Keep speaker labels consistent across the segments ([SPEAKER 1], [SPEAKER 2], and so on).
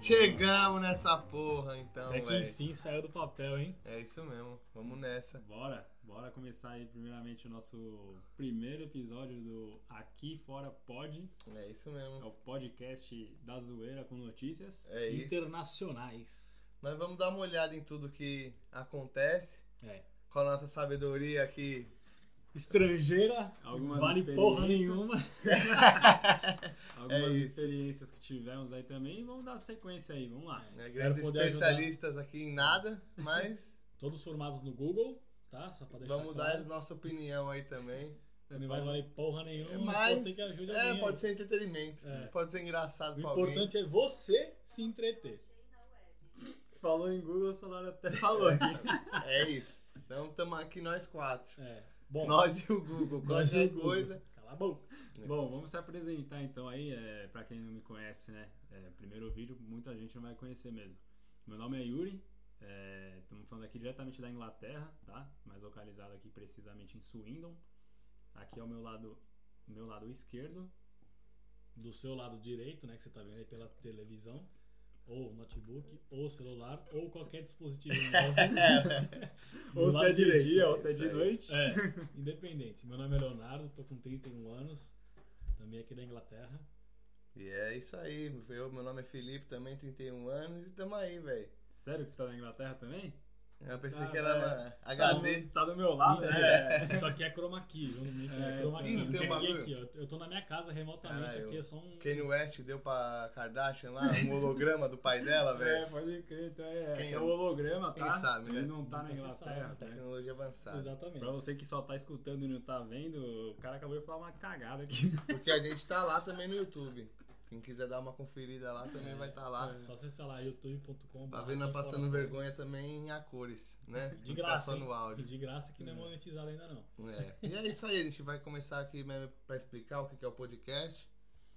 [SPEAKER 1] Chegamos nessa porra, então,
[SPEAKER 2] Até É que
[SPEAKER 1] velho.
[SPEAKER 2] enfim saiu do papel, hein?
[SPEAKER 1] É isso mesmo. Vamos nessa.
[SPEAKER 2] Bora, bora começar aí primeiramente o nosso primeiro episódio do Aqui Fora Pod,
[SPEAKER 1] É isso
[SPEAKER 2] é
[SPEAKER 1] mesmo.
[SPEAKER 2] o podcast da zoeira com notícias
[SPEAKER 1] É isso.
[SPEAKER 2] internacionais.
[SPEAKER 1] Nós vamos dar uma olhada em tudo que acontece
[SPEAKER 2] É.
[SPEAKER 1] com a nossa sabedoria aqui.
[SPEAKER 2] Estrangeira,
[SPEAKER 3] Algumas
[SPEAKER 2] vale porra
[SPEAKER 3] experiências.
[SPEAKER 2] nenhuma.
[SPEAKER 1] É
[SPEAKER 3] Algumas
[SPEAKER 1] isso.
[SPEAKER 3] experiências que tivemos aí também. Vamos dar sequência aí, vamos lá.
[SPEAKER 1] Né?
[SPEAKER 2] Espero
[SPEAKER 1] Grandes
[SPEAKER 2] poder
[SPEAKER 1] especialistas aqui em nada, mas
[SPEAKER 2] Todos formados no Google, tá? Só pra deixar
[SPEAKER 1] vamos dar a
[SPEAKER 2] claro.
[SPEAKER 1] nossa opinião aí também.
[SPEAKER 2] Não vai valer porra nenhuma,
[SPEAKER 1] É,
[SPEAKER 2] mas,
[SPEAKER 1] mas-
[SPEAKER 2] pode ser que ajude
[SPEAKER 1] É,
[SPEAKER 2] alguém.
[SPEAKER 1] pode
[SPEAKER 2] aí.
[SPEAKER 1] ser entretenimento.
[SPEAKER 2] É.
[SPEAKER 1] Pode ser engraçado
[SPEAKER 2] O
[SPEAKER 1] pra alguém.
[SPEAKER 2] importante é você se entreter.
[SPEAKER 3] Falou em Google, o Sonora até falou aqui.
[SPEAKER 1] É isso. Então estamos aqui nós quatro.
[SPEAKER 2] É. Bom,
[SPEAKER 1] Nós e o Google.
[SPEAKER 2] nós e
[SPEAKER 1] Qualquer
[SPEAKER 2] o Google.
[SPEAKER 1] coisa.
[SPEAKER 2] Cala a boca.
[SPEAKER 1] Né?
[SPEAKER 3] Bom, vamos se apresentar então aí, é, pra quem não me conhece, né? É, primeiro vídeo, muita gente não vai conhecer mesmo. Meu nome é Yuri, é, estamos falando aqui diretamente da Inglaterra, tá? Mas localizado aqui precisamente em Swindon. Aqui ao meu lado, meu lado esquerdo,
[SPEAKER 2] do seu lado direito, né, que você tá vendo aí pela televisão, ou notebook, ou celular, ou qualquer dispositivo
[SPEAKER 1] É.
[SPEAKER 2] móvel. Do
[SPEAKER 3] Ou se é
[SPEAKER 2] lado
[SPEAKER 3] de
[SPEAKER 2] direito.
[SPEAKER 3] dia, ou se é
[SPEAKER 1] isso
[SPEAKER 3] de
[SPEAKER 1] aí.
[SPEAKER 3] noite.
[SPEAKER 2] É, independente. Meu nome é Leonardo, tô com 31 anos, também aqui da Inglaterra.
[SPEAKER 1] E é isso aí. Eu, meu nome é Felipe, também 31 anos. E tamo aí, velho.
[SPEAKER 3] Sério que você tá na Inglaterra também?
[SPEAKER 1] Eu pensei
[SPEAKER 2] Ah,
[SPEAKER 1] que era
[SPEAKER 2] velho.
[SPEAKER 1] uma HD.
[SPEAKER 3] Tá do meu lado, né?
[SPEAKER 2] Mentira. Só que é chroma key, viu? Não mente, é,
[SPEAKER 3] É,
[SPEAKER 2] chroma
[SPEAKER 3] ih,
[SPEAKER 2] key.
[SPEAKER 3] não
[SPEAKER 2] Não
[SPEAKER 3] tem
[SPEAKER 2] tem
[SPEAKER 1] um
[SPEAKER 2] ninguém aqui,
[SPEAKER 1] bagulho?
[SPEAKER 2] ó. Eu tô na minha casa remotamente
[SPEAKER 1] Caralho,
[SPEAKER 2] aqui, é só um...
[SPEAKER 1] Kanye West deu pra Kardashian lá um holograma do pai dela, velho.
[SPEAKER 3] É, pode crer, então é,
[SPEAKER 1] Quem
[SPEAKER 3] é o holograma, tá?
[SPEAKER 1] quem sabe, né?
[SPEAKER 3] Ele não tá na
[SPEAKER 2] Nunca se
[SPEAKER 3] Inglaterra.
[SPEAKER 2] sabe,
[SPEAKER 3] né?
[SPEAKER 1] Tecnologia avançada.
[SPEAKER 2] Exatamente.
[SPEAKER 3] Pra você que só tá escutando e não tá vendo, o cara acabou de falar uma cagada aqui.
[SPEAKER 1] Porque a gente tá lá também no YouTube. Quem quiser dar uma conferida lá
[SPEAKER 2] É,
[SPEAKER 1] também vai estar tá lá.
[SPEAKER 2] Só acessar lá, youtube.com.
[SPEAKER 1] Tá vendo a passando vergonha também a cores, né?
[SPEAKER 2] De
[SPEAKER 1] Não ficar
[SPEAKER 2] graça,
[SPEAKER 1] Só no
[SPEAKER 2] hein? E
[SPEAKER 1] áudio.
[SPEAKER 2] de graça que não é monetizado ainda não.
[SPEAKER 1] É. E é isso aí, a gente vai começar aqui mesmo pra explicar o que que é o podcast.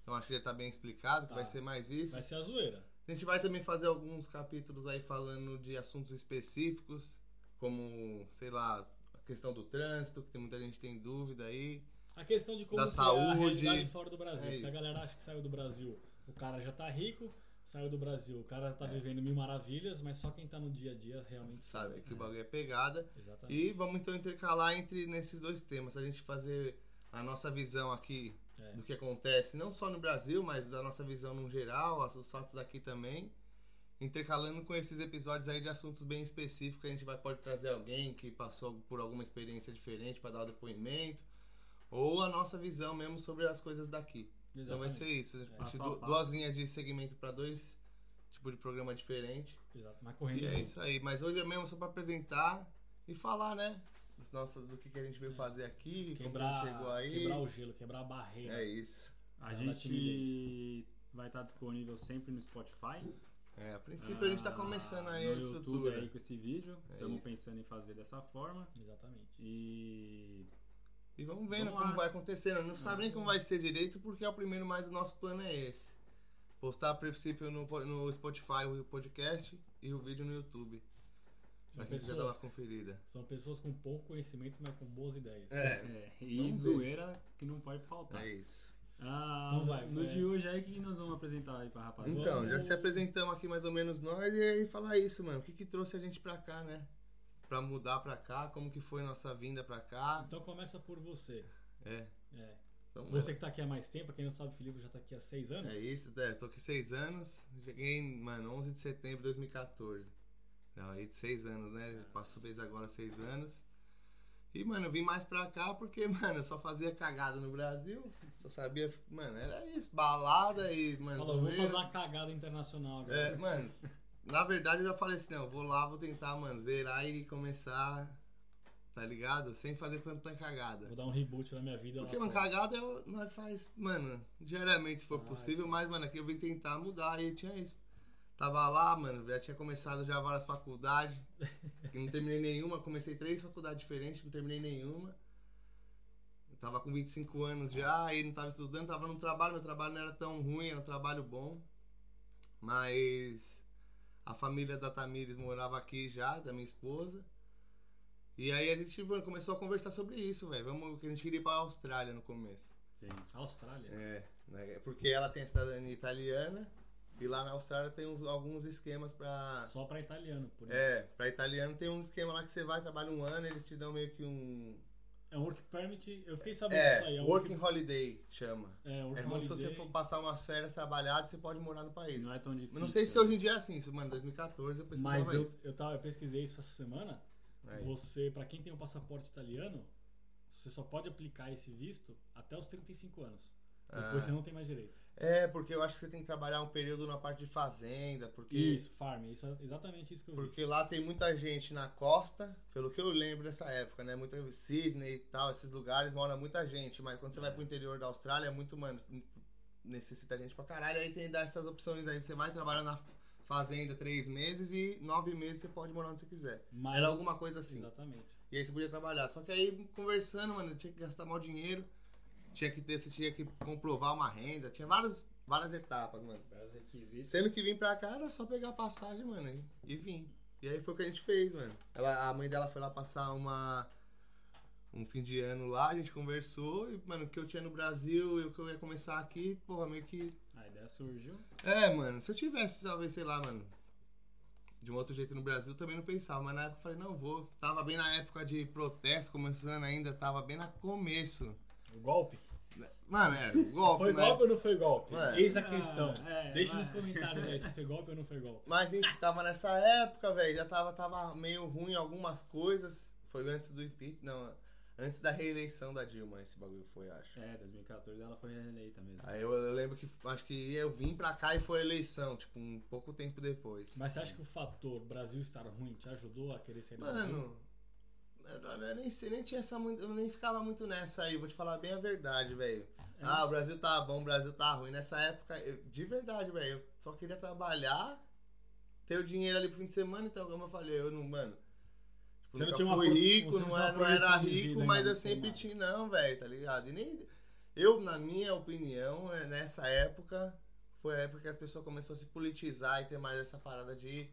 [SPEAKER 1] Então acho que já tá bem explicado, que
[SPEAKER 2] Tá.
[SPEAKER 1] vai ser mais isso.
[SPEAKER 2] Vai ser a zoeira.
[SPEAKER 1] A gente vai também fazer alguns capítulos aí falando de assuntos específicos, como, sei lá, a questão do trânsito, que tem muita gente que tem dúvida aí.
[SPEAKER 2] A questão de como
[SPEAKER 1] Da
[SPEAKER 2] que é a
[SPEAKER 1] saúde.
[SPEAKER 2] realidade fora do Brasil.
[SPEAKER 1] É
[SPEAKER 2] porque a
[SPEAKER 1] isso.
[SPEAKER 2] galera acha que saiu do Brasil, o cara já tá rico, saiu do Brasil, o cara
[SPEAKER 1] É.
[SPEAKER 2] tá vivendo mil maravilhas, mas só quem tá no dia a dia realmente
[SPEAKER 1] Sabe, que o bagulho é pegada.
[SPEAKER 3] Tá.
[SPEAKER 2] Exatamente.
[SPEAKER 1] E vamos então intercalar entre nesses dois temas, a gente fazer a nossa visão aqui
[SPEAKER 2] É.
[SPEAKER 1] do que acontece, não só no Brasil, mas da nossa visão no geral, as- os fatos aqui também. Intercalando com esses episódios aí de assuntos bem específicos, a gente vai pode trazer alguém que passou por alguma experiência diferente para dar o depoimento, ou a nossa visão mesmo sobre as coisas daqui. Então vai
[SPEAKER 2] Exatamente.
[SPEAKER 1] ser isso. A gente
[SPEAKER 3] É. Passo a
[SPEAKER 1] du-
[SPEAKER 3] passo.
[SPEAKER 1] duas linhas de segmento para dois tipos de programa diferente.
[SPEAKER 2] Exato. Mas correndo.
[SPEAKER 1] E é
[SPEAKER 3] Uhum.
[SPEAKER 2] junto.
[SPEAKER 1] isso aí, mas hoje é mesmo só pra apresentar e falar, né? das nossas- do que, que a gente veio fazer aqui, como
[SPEAKER 2] Quebrar,
[SPEAKER 1] a gente chegou aí.
[SPEAKER 2] quebrar o gelo, quebrar a
[SPEAKER 3] né?
[SPEAKER 2] barreira.
[SPEAKER 1] É isso.
[SPEAKER 3] A
[SPEAKER 2] Ela
[SPEAKER 3] gente
[SPEAKER 2] timidez.
[SPEAKER 3] vai estar disponível sempre no Spotify.
[SPEAKER 1] É, a princípio a gente tá
[SPEAKER 3] Ah,
[SPEAKER 1] começando aí
[SPEAKER 3] no
[SPEAKER 1] a
[SPEAKER 3] YouTube
[SPEAKER 1] estrutura.
[SPEAKER 3] aí com esse vídeo.
[SPEAKER 1] É
[SPEAKER 3] Estamos
[SPEAKER 1] isso.
[SPEAKER 3] pensando em fazer dessa forma.
[SPEAKER 2] Exatamente.
[SPEAKER 3] E
[SPEAKER 1] E vamos vendo
[SPEAKER 3] Vamos
[SPEAKER 1] como
[SPEAKER 3] lá. Uhum.
[SPEAKER 1] vai acontecendo. Não sabe nem como vai ser direito, porque é o primeiro, mas o nosso plano é esse. Postar a princípio no, po- no Spotify o podcast e o vídeo no YouTube. Pra
[SPEAKER 2] São
[SPEAKER 1] quem quiser dar uma
[SPEAKER 2] pessoas,
[SPEAKER 1] conferida.
[SPEAKER 2] são pessoas com pouco conhecimento, mas com boas ideias.
[SPEAKER 3] é, e
[SPEAKER 1] Vamos ver.
[SPEAKER 3] zoeira que não pode faltar.
[SPEAKER 1] É isso.
[SPEAKER 3] Ah,
[SPEAKER 2] Então vai,
[SPEAKER 3] no
[SPEAKER 2] vai.
[SPEAKER 3] de hoje aí, o que nós vamos apresentar aí pra rapaziada?
[SPEAKER 1] Então, já
[SPEAKER 2] Vamos-
[SPEAKER 1] se apresentamos aqui mais ou menos nós e aí falar isso, mano. O que que trouxe a gente pra cá, né? Pra mudar pra cá, como que foi nossa vinda pra cá.
[SPEAKER 2] Então começa por você.
[SPEAKER 1] É.
[SPEAKER 2] É.
[SPEAKER 1] Então,
[SPEAKER 2] Você que tá aqui há mais tempo, quem não sabe, o Felipe já tá aqui há seis anos.
[SPEAKER 1] É isso, é, tô aqui seis anos. Cheguei, mano, 11 de setembro de 2014. Não, aí seis anos,
[SPEAKER 2] É.
[SPEAKER 1] né? Passou vez agora seis anos. E, mano, eu vim mais pra cá porque, mano, eu só fazia cagada no Brasil. Só sabia, mano, era isso, balada e, mano.
[SPEAKER 2] Falou, vou
[SPEAKER 1] zoeira.
[SPEAKER 2] fazer uma cagada internacional agora.
[SPEAKER 1] É, mano, na verdade eu já falei assim, não, eu vou lá, vou tentar, mano, zerar e começar, tá ligado? Sem fazer tanta cagada.
[SPEAKER 2] Vou dar um reboot na minha vida.
[SPEAKER 1] Porque,
[SPEAKER 2] lá
[SPEAKER 1] mano,
[SPEAKER 2] fora.
[SPEAKER 1] cagada é eu- nós faz, mano, diariamente se for
[SPEAKER 2] Faz.
[SPEAKER 1] possível, mas, mano, aqui eu vim tentar mudar e tinha isso. Tava lá, mano, já tinha começado já várias faculdades, que não terminei nenhuma, comecei três faculdades diferentes, não terminei nenhuma. Eu tava com 25 anos já, aí não tava estudando, tava no trabalho, meu trabalho não era tão ruim, era um trabalho bom. Mas a família da Tamires morava aqui já, da minha esposa. E aí a gente mano, começou a conversar sobre isso, velho. Vamos que a gente queria ir pra Austrália no começo.
[SPEAKER 3] Sim.
[SPEAKER 2] Austrália.
[SPEAKER 1] É, né? Porque ela tem a cidadania italiana E lá na Austrália tem uns- alguns esquemas pra.
[SPEAKER 2] Só pra italiano, por exemplo.
[SPEAKER 1] É, pra italiano tem uns esquemas lá que você vai, trabalha um ano, eles te dão meio que um.
[SPEAKER 2] É. um work permit, eu fiquei sabendo disso aí.
[SPEAKER 1] É,
[SPEAKER 2] É um
[SPEAKER 1] working holiday chama.
[SPEAKER 2] É, work
[SPEAKER 1] É como se você
[SPEAKER 2] holiday.
[SPEAKER 1] for passar umas férias trabalhadas, você pode morar no país.
[SPEAKER 3] Não é tão difícil.
[SPEAKER 1] Eu não sei se
[SPEAKER 3] né?
[SPEAKER 1] hoje em dia é assim, isso, mano, 2014 eu pesquisava
[SPEAKER 2] Mas eu,
[SPEAKER 1] isso.
[SPEAKER 2] eu, tava, eu pesquisei isso essa semana.
[SPEAKER 1] Aí.
[SPEAKER 2] Você, pra quem tem um passaporte italiano, você só pode aplicar esse visto até os 35 anos. Depois você
[SPEAKER 1] Ah,
[SPEAKER 2] não tem mais direito.
[SPEAKER 1] É, porque eu acho que você tem que trabalhar um período na parte de fazenda, porque,
[SPEAKER 2] Isso, farm, isso é exatamente isso que eu vi.
[SPEAKER 1] porque lá tem muita gente na costa, pelo que eu lembro dessa época, né? Muita Sydney e tal, esses lugares mora muita gente, mas quando você vai pro interior da Austrália, é muito, mano, necessita gente pra caralho. Aí tem dessas opções aí, você vai trabalhar na fazenda três meses e nove meses você pode morar onde você quiser.
[SPEAKER 2] Mas,
[SPEAKER 1] Era alguma coisa assim.
[SPEAKER 2] Exatamente.
[SPEAKER 1] E aí você podia trabalhar. Só que aí, conversando, mano, tinha que gastar mal dinheiro. Tinha que ter, você tinha que comprovar uma renda. Tinha várias, várias etapas, mano.
[SPEAKER 3] Vários requisitos.
[SPEAKER 1] Sendo que vim pra cá era só pegar a passagem, mano, e, e vim. E aí foi o que a gente fez, mano. Ela, a mãe dela foi lá passar uma, um fim de ano lá, a gente conversou. E, mano, o que eu tinha no Brasil e o que eu ia começar aqui, porra, meio que
[SPEAKER 3] A ideia surgiu.
[SPEAKER 1] é, mano, se eu tivesse, talvez, sei lá, mano, de um outro jeito no Brasil, eu também não pensava, mas na época eu falei, não, vou. Tava bem na época de protesto, começando ainda, tava bem na começo.
[SPEAKER 2] O golpe?
[SPEAKER 1] Mano, é, o golpe,
[SPEAKER 2] Foi
[SPEAKER 1] né?
[SPEAKER 2] golpe ou não foi golpe?
[SPEAKER 1] Mano.
[SPEAKER 2] Eis a questão.
[SPEAKER 3] Ah, é,
[SPEAKER 2] Deixa
[SPEAKER 3] vai.
[SPEAKER 2] nos comentários aí se foi golpe ou não foi golpe.
[SPEAKER 1] Mas enfim, tava nessa época, velho, já tava, tava meio ruim algumas coisas. Foi antes do impeachment, não, antes da reeleição da Dilma, esse bagulho foi, acho.
[SPEAKER 3] É, 2014 ela foi reeleita mesmo.
[SPEAKER 1] Aí eu, eu lembro que, acho que eu vim pra cá e foi a eleição, tipo, um pouco tempo depois.
[SPEAKER 2] Mas você acha que o fator Brasil estar ruim te ajudou a querer sair do Brasil?
[SPEAKER 1] Mano, eu, eu nem, sei, nem tinha essa muito, eu nem ficava muito nessa aí, vou te falar bem a verdade, velho.
[SPEAKER 2] É.
[SPEAKER 1] Ah, o Brasil tá bom, o Brasil tá ruim. Nessa época, eu- de verdade, velho, eu só queria trabalhar, ter o dinheiro ali pro fim de semana, então, como eu falei, eu não, mano. Tipo,
[SPEAKER 2] Você não
[SPEAKER 1] nunca
[SPEAKER 2] tinha uma
[SPEAKER 1] fui
[SPEAKER 2] pros-
[SPEAKER 1] rico,
[SPEAKER 2] você não
[SPEAKER 1] não
[SPEAKER 2] tinha uma
[SPEAKER 1] era, não era
[SPEAKER 2] projeção de
[SPEAKER 1] rico,
[SPEAKER 2] vida né,
[SPEAKER 1] mas
[SPEAKER 2] ainda,
[SPEAKER 1] eu
[SPEAKER 2] não
[SPEAKER 1] sempre
[SPEAKER 2] nada.
[SPEAKER 1] tinha, não, velho, tá ligado? E nem. Eu, na minha opinião, é, nessa época, foi a época que as pessoas começaram a se politizar e ter mais essa parada de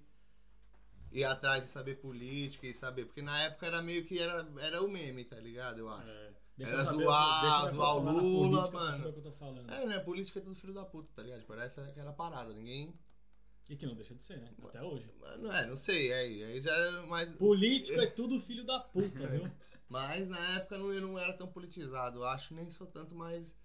[SPEAKER 1] ir atrás de saber política e saber. Porque na época era meio que era, era o meme, tá ligado? Eu acho.
[SPEAKER 3] É,
[SPEAKER 2] Deixa eu
[SPEAKER 1] era
[SPEAKER 2] saber,
[SPEAKER 1] zoar,
[SPEAKER 2] deixa eu
[SPEAKER 1] zoar o
[SPEAKER 2] falar na
[SPEAKER 1] Lula,
[SPEAKER 2] política pra
[SPEAKER 1] mano.
[SPEAKER 2] saber o que eu tô falando.
[SPEAKER 1] É, né? Política é tudo filho da puta, tá ligado? Parece aquela parada. Ninguém.
[SPEAKER 2] E que não deixa de ser, né? Até hoje.
[SPEAKER 1] Não é, não sei. Aí, aí já era mais.
[SPEAKER 2] Político é tudo filho da
[SPEAKER 1] É.
[SPEAKER 2] puta, viu?
[SPEAKER 1] Mas na época não, eu não era tão politizado, eu acho, nem sou tanto, mas.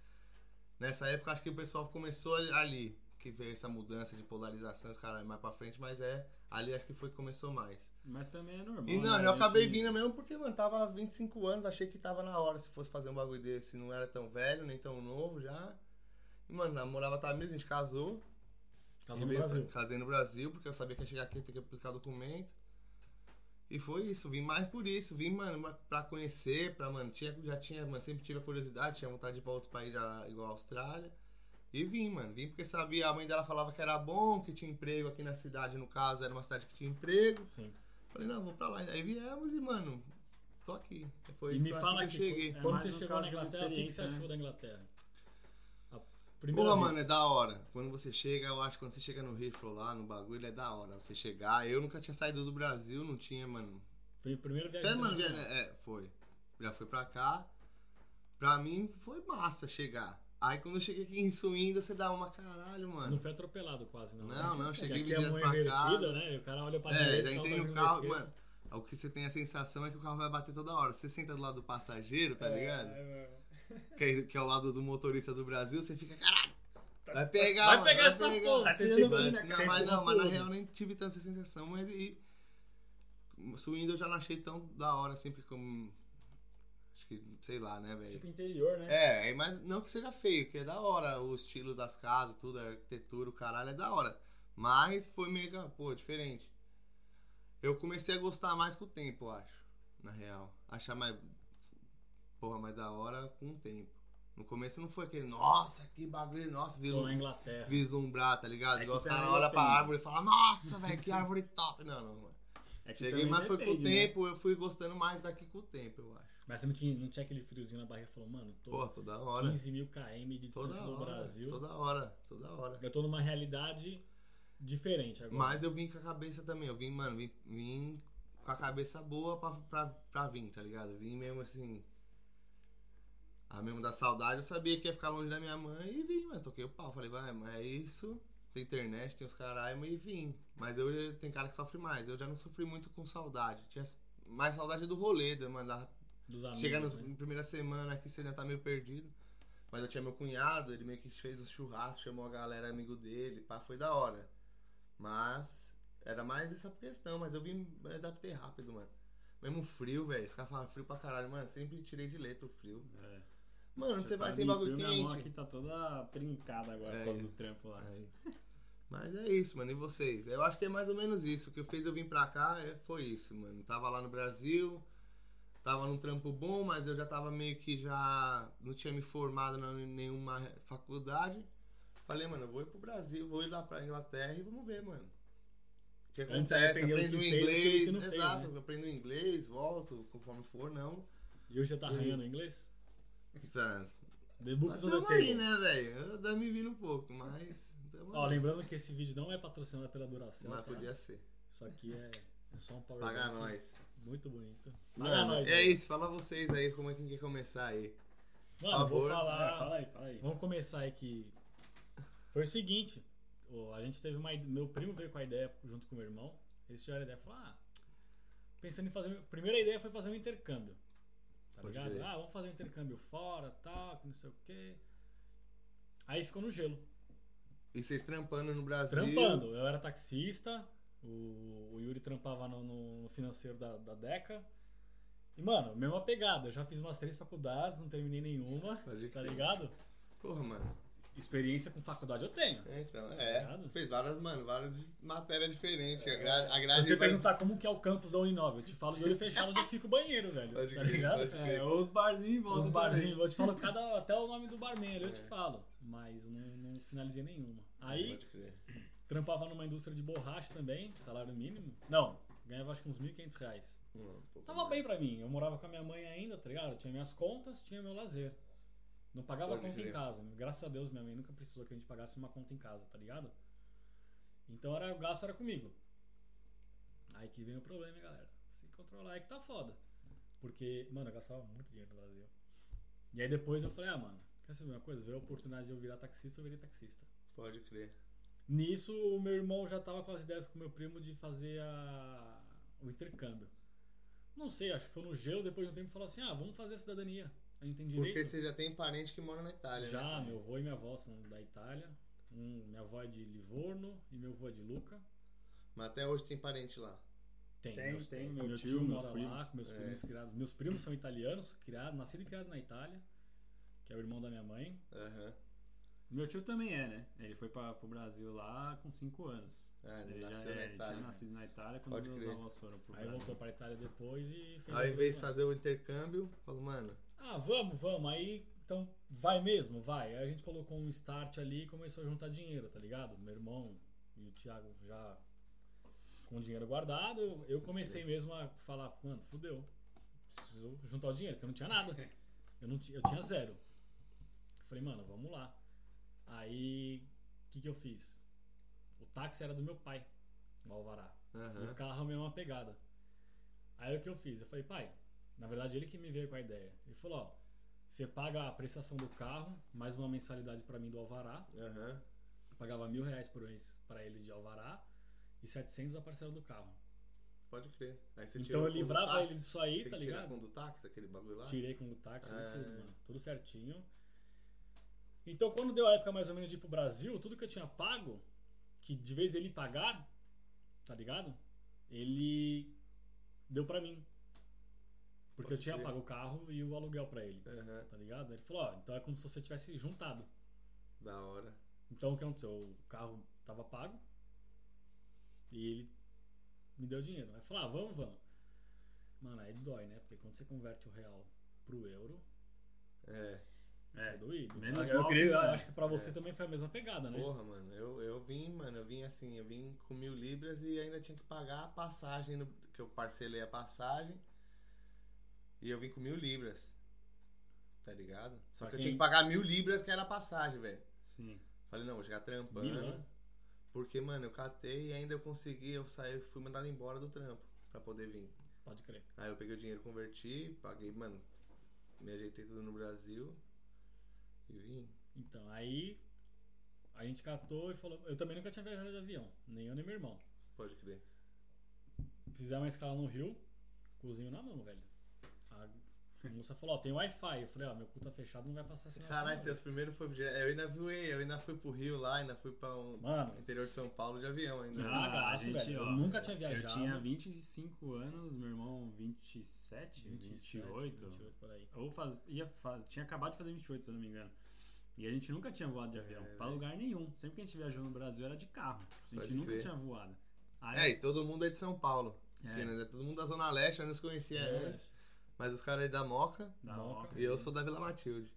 [SPEAKER 1] Nessa época acho que o pessoal começou ali, que veio essa mudança de polarização, os caras mais pra frente, mas é. Ali acho que foi que começou mais.
[SPEAKER 3] Mas também é normal.
[SPEAKER 1] E não,
[SPEAKER 3] né?
[SPEAKER 1] eu
[SPEAKER 3] A gente-
[SPEAKER 1] acabei vindo mesmo porque, mano, tava há 25 anos, achei que tava na hora se fosse fazer um bagulho desse. Não era tão velho, nem tão novo já. E, mano, namorava a Tamires, a gente casou.
[SPEAKER 2] Casou no
[SPEAKER 1] Veio pra-
[SPEAKER 2] Brasil.
[SPEAKER 1] Casei no Brasil, porque eu sabia que ia chegar aqui ia ter que aplicar documento. E foi isso, vim mais por isso, vim, mano, ma- pra conhecer, pra, mano, tinha, já tinha, mano, sempre tive a curiosidade, tinha vontade de ir pra outro país já, igual a Austrália. E vim, mano, vim porque sabia, a mãe dela falava que era bom, que tinha emprego aqui na cidade, no caso, era uma cidade que tinha emprego.
[SPEAKER 2] Sim.
[SPEAKER 1] Falei, não, vou pra lá. Aí viemos e, mano, tô aqui. Foi
[SPEAKER 2] E
[SPEAKER 1] isso
[SPEAKER 2] me
[SPEAKER 1] que eu- assim
[SPEAKER 2] fala aqui,
[SPEAKER 1] que eu cheguei.
[SPEAKER 3] É
[SPEAKER 2] quando
[SPEAKER 3] mais
[SPEAKER 2] você
[SPEAKER 3] um
[SPEAKER 2] chegou na
[SPEAKER 3] caso de uma
[SPEAKER 2] Inglaterra, o que que você
[SPEAKER 3] experiência,
[SPEAKER 2] achou da Inglaterra? A
[SPEAKER 1] Pô,
[SPEAKER 2] primeira vez.
[SPEAKER 1] mano, é da hora. Quando você chega, eu acho que quando você chega no rifle lá, no bagulho, é da hora. Você chegar, eu nunca tinha saído do Brasil, não tinha, mano.
[SPEAKER 2] Foi a primeira viagem
[SPEAKER 1] Até, mano, já,
[SPEAKER 2] internacional.
[SPEAKER 1] é, foi. Já fui pra cá. Pra mim, foi massa chegar. Aí quando eu cheguei aqui em Suína, você dá uma caralho,
[SPEAKER 2] Não
[SPEAKER 1] mano.
[SPEAKER 2] foi atropelado quase, não.
[SPEAKER 1] Não, não,
[SPEAKER 2] É que
[SPEAKER 1] cheguei
[SPEAKER 2] aqui é
[SPEAKER 1] direto
[SPEAKER 2] mão
[SPEAKER 1] pra
[SPEAKER 2] invertida,
[SPEAKER 1] casa.
[SPEAKER 2] né? O cara olha pra
[SPEAKER 1] É,
[SPEAKER 2] direita,
[SPEAKER 1] já
[SPEAKER 2] o
[SPEAKER 1] entrei
[SPEAKER 2] cara
[SPEAKER 1] no
[SPEAKER 2] olha pra
[SPEAKER 1] carro,
[SPEAKER 2] esquerda.
[SPEAKER 1] mano. É, O que você tem a sensação é que o carro vai bater toda hora. Você senta do lado do passageiro,
[SPEAKER 2] É,
[SPEAKER 3] É,
[SPEAKER 1] tá ligado? que, é, que é o lado do motorista do Brasil, você fica, caralho, vai pegar,
[SPEAKER 2] vai
[SPEAKER 1] mano,
[SPEAKER 2] pegar essa porra, tá
[SPEAKER 1] Você
[SPEAKER 2] tirando
[SPEAKER 1] fica
[SPEAKER 2] mina,
[SPEAKER 1] assim,
[SPEAKER 2] cara,
[SPEAKER 1] não, mas
[SPEAKER 2] empurra
[SPEAKER 1] não, mas na
[SPEAKER 2] tudo.
[SPEAKER 1] real eu nem tive tanta essa sensação, mas e... Suindo eu já não achei tão da hora, sempre como... Acho que, sei lá, né, velho?
[SPEAKER 3] Tipo interior, né?
[SPEAKER 1] É, é, mas não que seja feio, que é da hora o estilo das casas, tudo, a arquitetura, o caralho, é da hora. Mas foi meio que, pô, diferente. Eu comecei a gostar mais com o tempo, eu acho, na real. Achar mais, porra, mais da hora com o tempo. No começo não foi aquele, nossa, que bagulho, nossa,
[SPEAKER 2] Tô
[SPEAKER 1] vislum-
[SPEAKER 2] na Inglaterra.
[SPEAKER 1] vislumbrar, tá ligado?
[SPEAKER 3] É
[SPEAKER 1] Igual
[SPEAKER 3] que
[SPEAKER 1] os caras
[SPEAKER 3] também
[SPEAKER 1] olham pra
[SPEAKER 3] depende.
[SPEAKER 1] árvore e falam, nossa, velho, que árvore top. Não, não, mano.
[SPEAKER 3] É que
[SPEAKER 1] Cheguei,
[SPEAKER 3] também
[SPEAKER 1] mas foi com o
[SPEAKER 3] depende, né?
[SPEAKER 1] tempo, eu fui gostando mais daqui com o tempo, eu acho.
[SPEAKER 2] Mas você não tinha, não tinha aquele friozinho na barriga e falou, mano, tô
[SPEAKER 1] Pô, toda hora.
[SPEAKER 2] 15 mil km de distância
[SPEAKER 1] Toda
[SPEAKER 2] do
[SPEAKER 1] hora,
[SPEAKER 2] Brasil.
[SPEAKER 1] toda hora, toda hora.
[SPEAKER 2] Eu tô numa realidade diferente agora.
[SPEAKER 1] Mas eu vim com a cabeça também, eu vim, mano, vim, vim com a cabeça boa pra, pra, pra vir, tá ligado? Eu vim mesmo assim. A mesmo da saudade, eu sabia que ia ficar longe da minha mãe e vim, mano. Toquei o pau. Falei, vai, mas é isso. tem internet, tem os caralho, e vim. Mas eu já- tem cara que sofre mais. Eu já não sofri muito com saudade. Tinha mais saudade do rolê, de eu mandar
[SPEAKER 2] Dos amigos.
[SPEAKER 1] Chegando
[SPEAKER 2] né?
[SPEAKER 1] na primeira semana aqui, você ainda tá meio perdido. Mas eu tinha meu cunhado, ele meio que fez os churrascos, chamou a galera amigo dele, pá, foi da hora. Mas era mais essa questão, mas eu vim me adaptei rápido, mano. Mesmo frio, velho. Os caras falavam frio pra caralho, mano. Sempre tirei de letra o frio.
[SPEAKER 3] É.
[SPEAKER 1] Mano, onde você vai,
[SPEAKER 3] fala,
[SPEAKER 1] tem
[SPEAKER 3] "Ih,
[SPEAKER 1] bagulho
[SPEAKER 3] viu, Minha mão
[SPEAKER 1] quente.
[SPEAKER 3] aqui tá toda trincada agora
[SPEAKER 1] É.
[SPEAKER 3] por causa do trampo lá.
[SPEAKER 1] Aí. Mas é isso, mano. E vocês? Eu acho que é mais ou menos isso. O que fez eu vir pra cá é- foi isso, mano. Tava lá no Brasil, tava num trampo bom, mas eu já tava meio que já. Não tinha me formado na nenhuma faculdade. Falei, mano, eu vou ir pro Brasil, vou ir lá pra Inglaterra e vamos ver, mano. O que
[SPEAKER 2] Antes
[SPEAKER 1] acontece?
[SPEAKER 2] aprender o
[SPEAKER 1] Aprendo
[SPEAKER 2] que fez,
[SPEAKER 1] inglês,
[SPEAKER 2] aquilo que não fez, né?
[SPEAKER 1] exato, aprendo inglês, volto, conforme for, não.
[SPEAKER 2] E hoje já tá
[SPEAKER 1] Uhum.
[SPEAKER 2] arranhando em inglês?
[SPEAKER 1] Tá.
[SPEAKER 2] The
[SPEAKER 1] Mas
[SPEAKER 2] Books on the
[SPEAKER 1] tamo
[SPEAKER 2] Table.
[SPEAKER 1] aí, né, velho? Eu me vindo um pouco, mas. tamo
[SPEAKER 2] Ó,
[SPEAKER 1] aí.
[SPEAKER 2] lembrando que esse vídeo não é patrocinado pela duração.
[SPEAKER 1] Mas
[SPEAKER 2] tá?
[SPEAKER 1] podia ser.
[SPEAKER 2] Isso aqui é, é só um power
[SPEAKER 1] Pagar
[SPEAKER 2] bank
[SPEAKER 1] nós.
[SPEAKER 2] Muito bonito. Paga
[SPEAKER 1] Mano,
[SPEAKER 2] nós,
[SPEAKER 1] é
[SPEAKER 2] velho.
[SPEAKER 1] isso, fala vocês aí como é que quer começar aí.
[SPEAKER 2] Mano,
[SPEAKER 1] Por
[SPEAKER 2] vou
[SPEAKER 1] favor.
[SPEAKER 2] falar.
[SPEAKER 3] É, fala aí, fala aí.
[SPEAKER 2] Vamos começar aqui. Foi o seguinte, o- a gente teve uma ide- meu primo veio com a ideia junto com o meu irmão. Eles tiveram a ideia, falaram, ah, pensando em fazer, a primeira ideia foi fazer um intercâmbio. Tá
[SPEAKER 1] Pode
[SPEAKER 2] ligado?
[SPEAKER 1] crer.
[SPEAKER 2] Ah, vamos fazer um intercâmbio fora, tal, que não sei o quê. Aí ficou no gelo.
[SPEAKER 1] E vocês trampando no Brasil.
[SPEAKER 2] Trampando. Eu era taxista, o, o Yuri trampava no, no- no financeiro da, da Deca. E, mano, mesma pegada. Eu já fiz umas três faculdades, não terminei nenhuma,
[SPEAKER 1] Pode
[SPEAKER 2] tá
[SPEAKER 1] crer.
[SPEAKER 2] ligado?
[SPEAKER 1] Porra, mano.
[SPEAKER 2] Experiência com faculdade eu tenho.
[SPEAKER 1] É, Então, é.
[SPEAKER 2] Obrigado. É,
[SPEAKER 1] Fez várias, mano, várias matérias diferentes. A grade, a
[SPEAKER 2] Se
[SPEAKER 1] grade
[SPEAKER 2] você
[SPEAKER 1] vai-
[SPEAKER 2] perguntar como que é o campus da Uninove, eu te falo de olho fechado onde é que fica o banheiro, velho.
[SPEAKER 1] Pode
[SPEAKER 2] tá
[SPEAKER 1] crer,
[SPEAKER 2] ligado?
[SPEAKER 1] pode crer.
[SPEAKER 3] É, os barzinhos em volta
[SPEAKER 2] Os
[SPEAKER 3] também.
[SPEAKER 2] barzinhos, eu te falo cada, até o nome do barman ali, eu te
[SPEAKER 1] É.
[SPEAKER 2] falo. Mas não, não finalizei nenhuma. Aí,
[SPEAKER 1] Pode crer.
[SPEAKER 2] trampava numa indústria de borracha também, salário mínimo. Não, ganhava acho que uns 1.500 reais.
[SPEAKER 1] Hum, um pouco
[SPEAKER 2] Tava
[SPEAKER 1] mais.
[SPEAKER 2] bem pra mim, eu morava com a minha mãe ainda, tá ligado? Eu tinha minhas contas, tinha meu lazer. Não pagava
[SPEAKER 1] Pode
[SPEAKER 2] conta em
[SPEAKER 1] crer.
[SPEAKER 2] casa. Graças a Deus, minha mãe nunca precisou que a gente pagasse uma conta em casa, tá ligado? Então era, o gasto era comigo. Aí que vem o problema, hein, galera. Se controlar é que tá foda. Porque, mano, eu gastava muito dinheiro no Brasil. E aí depois eu falei, ah, mano, quer saber uma coisa? Veio a oportunidade de eu virar taxista, eu virei taxista.
[SPEAKER 1] Pode crer.
[SPEAKER 2] Nisso, o meu irmão já tava com as ideias com o meu primo de fazer a... o intercâmbio. Não sei, acho que foi no gelo, depois de um tempo falou assim: ah, vamos fazer a cidadania. A gente tem direito.
[SPEAKER 1] Porque você já tem parente que mora na Itália. né?
[SPEAKER 2] já,
[SPEAKER 1] também.
[SPEAKER 2] meu avô e minha avó são da Itália. Um, minha avó é de Livorno e meu avô é de Luca.
[SPEAKER 1] Mas até hoje tem parente lá.
[SPEAKER 2] Tem,
[SPEAKER 3] Tem,
[SPEAKER 2] meus-
[SPEAKER 3] tem,
[SPEAKER 2] Meu,
[SPEAKER 3] meu
[SPEAKER 2] tio,
[SPEAKER 3] tio, meus
[SPEAKER 2] mora lá,
[SPEAKER 3] primos.
[SPEAKER 2] com meus
[SPEAKER 1] É.
[SPEAKER 2] primos criados. Meus primos são italianos, criado, nascido e criado na Itália, que é o irmão da minha mãe.
[SPEAKER 1] Aham.
[SPEAKER 3] Meu tio também é, né? Ele foi pra, pro Brasil lá com 5 anos.
[SPEAKER 1] Ah, ele
[SPEAKER 3] Ele, já,
[SPEAKER 1] nasceu
[SPEAKER 3] é,
[SPEAKER 1] na
[SPEAKER 3] ele tinha
[SPEAKER 1] Itália.
[SPEAKER 3] nascido na Itália quando
[SPEAKER 1] Pode
[SPEAKER 3] meus
[SPEAKER 1] crer.
[SPEAKER 3] avós foram pro
[SPEAKER 2] Aí
[SPEAKER 3] Brasil.
[SPEAKER 2] voltou pra Itália depois e fez.
[SPEAKER 1] Ao invés de
[SPEAKER 2] fazer
[SPEAKER 1] fazer o intercâmbio, falou, mano,
[SPEAKER 2] Ah, vamos, vamos. Aí, então, vai mesmo, vai. Aí a gente colocou um start ali e começou a juntar dinheiro, tá ligado? Meu irmão e o Thiago já com dinheiro guardado. Eu, eu comecei mesmo a falar, mano, fudeu. Preciso juntar o dinheiro, porque eu não tinha nada. Eu, não ti- eu tinha zero. Falei, mano, vamos lá. Aí, o que, que eu fiz? O táxi era do meu pai, o Alvará. E
[SPEAKER 1] aham.
[SPEAKER 2] o carro é a mesma pegada. Aí o que eu fiz? Eu falei, pai, na verdade ele que me veio com a ideia. Ele falou, ó, você paga a prestação do carro, mais uma mensalidade pra mim do Alvará.
[SPEAKER 1] Aham.
[SPEAKER 2] Eu pagava mil reais por mês pra ele de Alvará e 700 a parcela do carro.
[SPEAKER 1] Pode crer. Aí você
[SPEAKER 2] então
[SPEAKER 1] tirou
[SPEAKER 2] eu
[SPEAKER 1] com o do
[SPEAKER 2] livrava
[SPEAKER 1] táxi.
[SPEAKER 2] ele disso aí,
[SPEAKER 1] Tem
[SPEAKER 2] tá
[SPEAKER 1] que tirar
[SPEAKER 2] ligado?
[SPEAKER 1] com o do táxi, aquele bagulho lá?
[SPEAKER 2] Tirei com o táxi,
[SPEAKER 1] Ah.
[SPEAKER 2] tudo, mano. Tudo certinho. Então, quando deu a época mais ou menos de ir pro Brasil, tudo que eu tinha pago, que de vez ele pagar, tá ligado? Ele deu pra mim. Porque
[SPEAKER 1] Pode
[SPEAKER 2] eu tinha
[SPEAKER 1] crer.
[SPEAKER 2] pago o carro e o aluguel pra ele,
[SPEAKER 1] Aham.
[SPEAKER 2] tá ligado? Ele falou, ó, então é como se você tivesse juntado.
[SPEAKER 1] Da hora.
[SPEAKER 2] Então o que aconteceu? O carro tava pago e ele me deu dinheiro. Aí falou, ah, vamos, vamos. Mano, aí dói, né? Porque quando você converte o real pro euro,
[SPEAKER 1] É.
[SPEAKER 2] É,
[SPEAKER 3] É,
[SPEAKER 2] doído.
[SPEAKER 3] Menos
[SPEAKER 2] eu,
[SPEAKER 3] mal
[SPEAKER 2] creio-
[SPEAKER 3] que-
[SPEAKER 2] eu acho que pra você
[SPEAKER 1] é.
[SPEAKER 2] também foi a mesma pegada, né?
[SPEAKER 1] Porra, mano, eu, eu vim, mano, eu vim assim, eu vim com mil libras e ainda tinha que pagar a passagem, no- que eu parcelei a passagem, e eu vim com mil libras, tá ligado? Só
[SPEAKER 2] Pra
[SPEAKER 1] que eu
[SPEAKER 2] quem-
[SPEAKER 1] tinha que pagar mil libras, que era a passagem, velho.
[SPEAKER 3] Sim.
[SPEAKER 1] Falei, não, vou chegar trampando,
[SPEAKER 2] Mil, né?
[SPEAKER 1] porque, mano, eu catei e ainda eu consegui, eu saí, fui mandado embora do trampo pra poder vir.
[SPEAKER 2] Pode crer.
[SPEAKER 1] Aí eu peguei o dinheiro, converti, paguei, mano, me ajeitei tudo no Brasil e vim.
[SPEAKER 2] Então, aí. A gente catou e falou. Eu também nunca tinha viajado de avião, nem eu nem meu irmão.
[SPEAKER 1] Pode crer.
[SPEAKER 2] Fizemos uma escala no Rio, cozinho na mão, velho. A moça falou: Ó, tem Wi-Fi. Eu falei: Ó, meu cu tá fechado, não vai passar sinal.
[SPEAKER 1] Caralho,
[SPEAKER 2] não."
[SPEAKER 1] seus primeiros foi. Eu ainda voei, eu ainda fui pro Rio lá, ainda fui pra um
[SPEAKER 2] Mano,
[SPEAKER 1] interior de São Paulo de avião ainda.
[SPEAKER 2] Ah,
[SPEAKER 3] a
[SPEAKER 2] cagaço,
[SPEAKER 3] gente,
[SPEAKER 2] velho.
[SPEAKER 3] ó,
[SPEAKER 2] Eu nunca tinha
[SPEAKER 3] Eu
[SPEAKER 2] viajado.
[SPEAKER 3] tinha 25 anos, meu irmão 27,
[SPEAKER 2] 27,
[SPEAKER 3] 28.
[SPEAKER 2] 28 por aí.
[SPEAKER 3] Ou faz, ia fa- tinha acabado de fazer 28, se eu não me engano. E a gente nunca tinha voado de avião,
[SPEAKER 1] É,
[SPEAKER 3] pra
[SPEAKER 1] velho.
[SPEAKER 3] lugar nenhum. Sempre que a gente viajou no Brasil era de carro. A gente
[SPEAKER 1] Pode
[SPEAKER 3] nunca
[SPEAKER 1] crer.
[SPEAKER 3] tinha voado.
[SPEAKER 1] É,
[SPEAKER 3] Aí,
[SPEAKER 1] e todo mundo é de São Paulo.
[SPEAKER 3] é,
[SPEAKER 1] Porque, né, todo mundo da Zona Leste, eu não se conhecia
[SPEAKER 2] É,
[SPEAKER 1] antes. Mas os caras aí da Moca
[SPEAKER 3] da
[SPEAKER 2] Moca.
[SPEAKER 3] Moca.
[SPEAKER 1] e eu sou da Vila Matilde.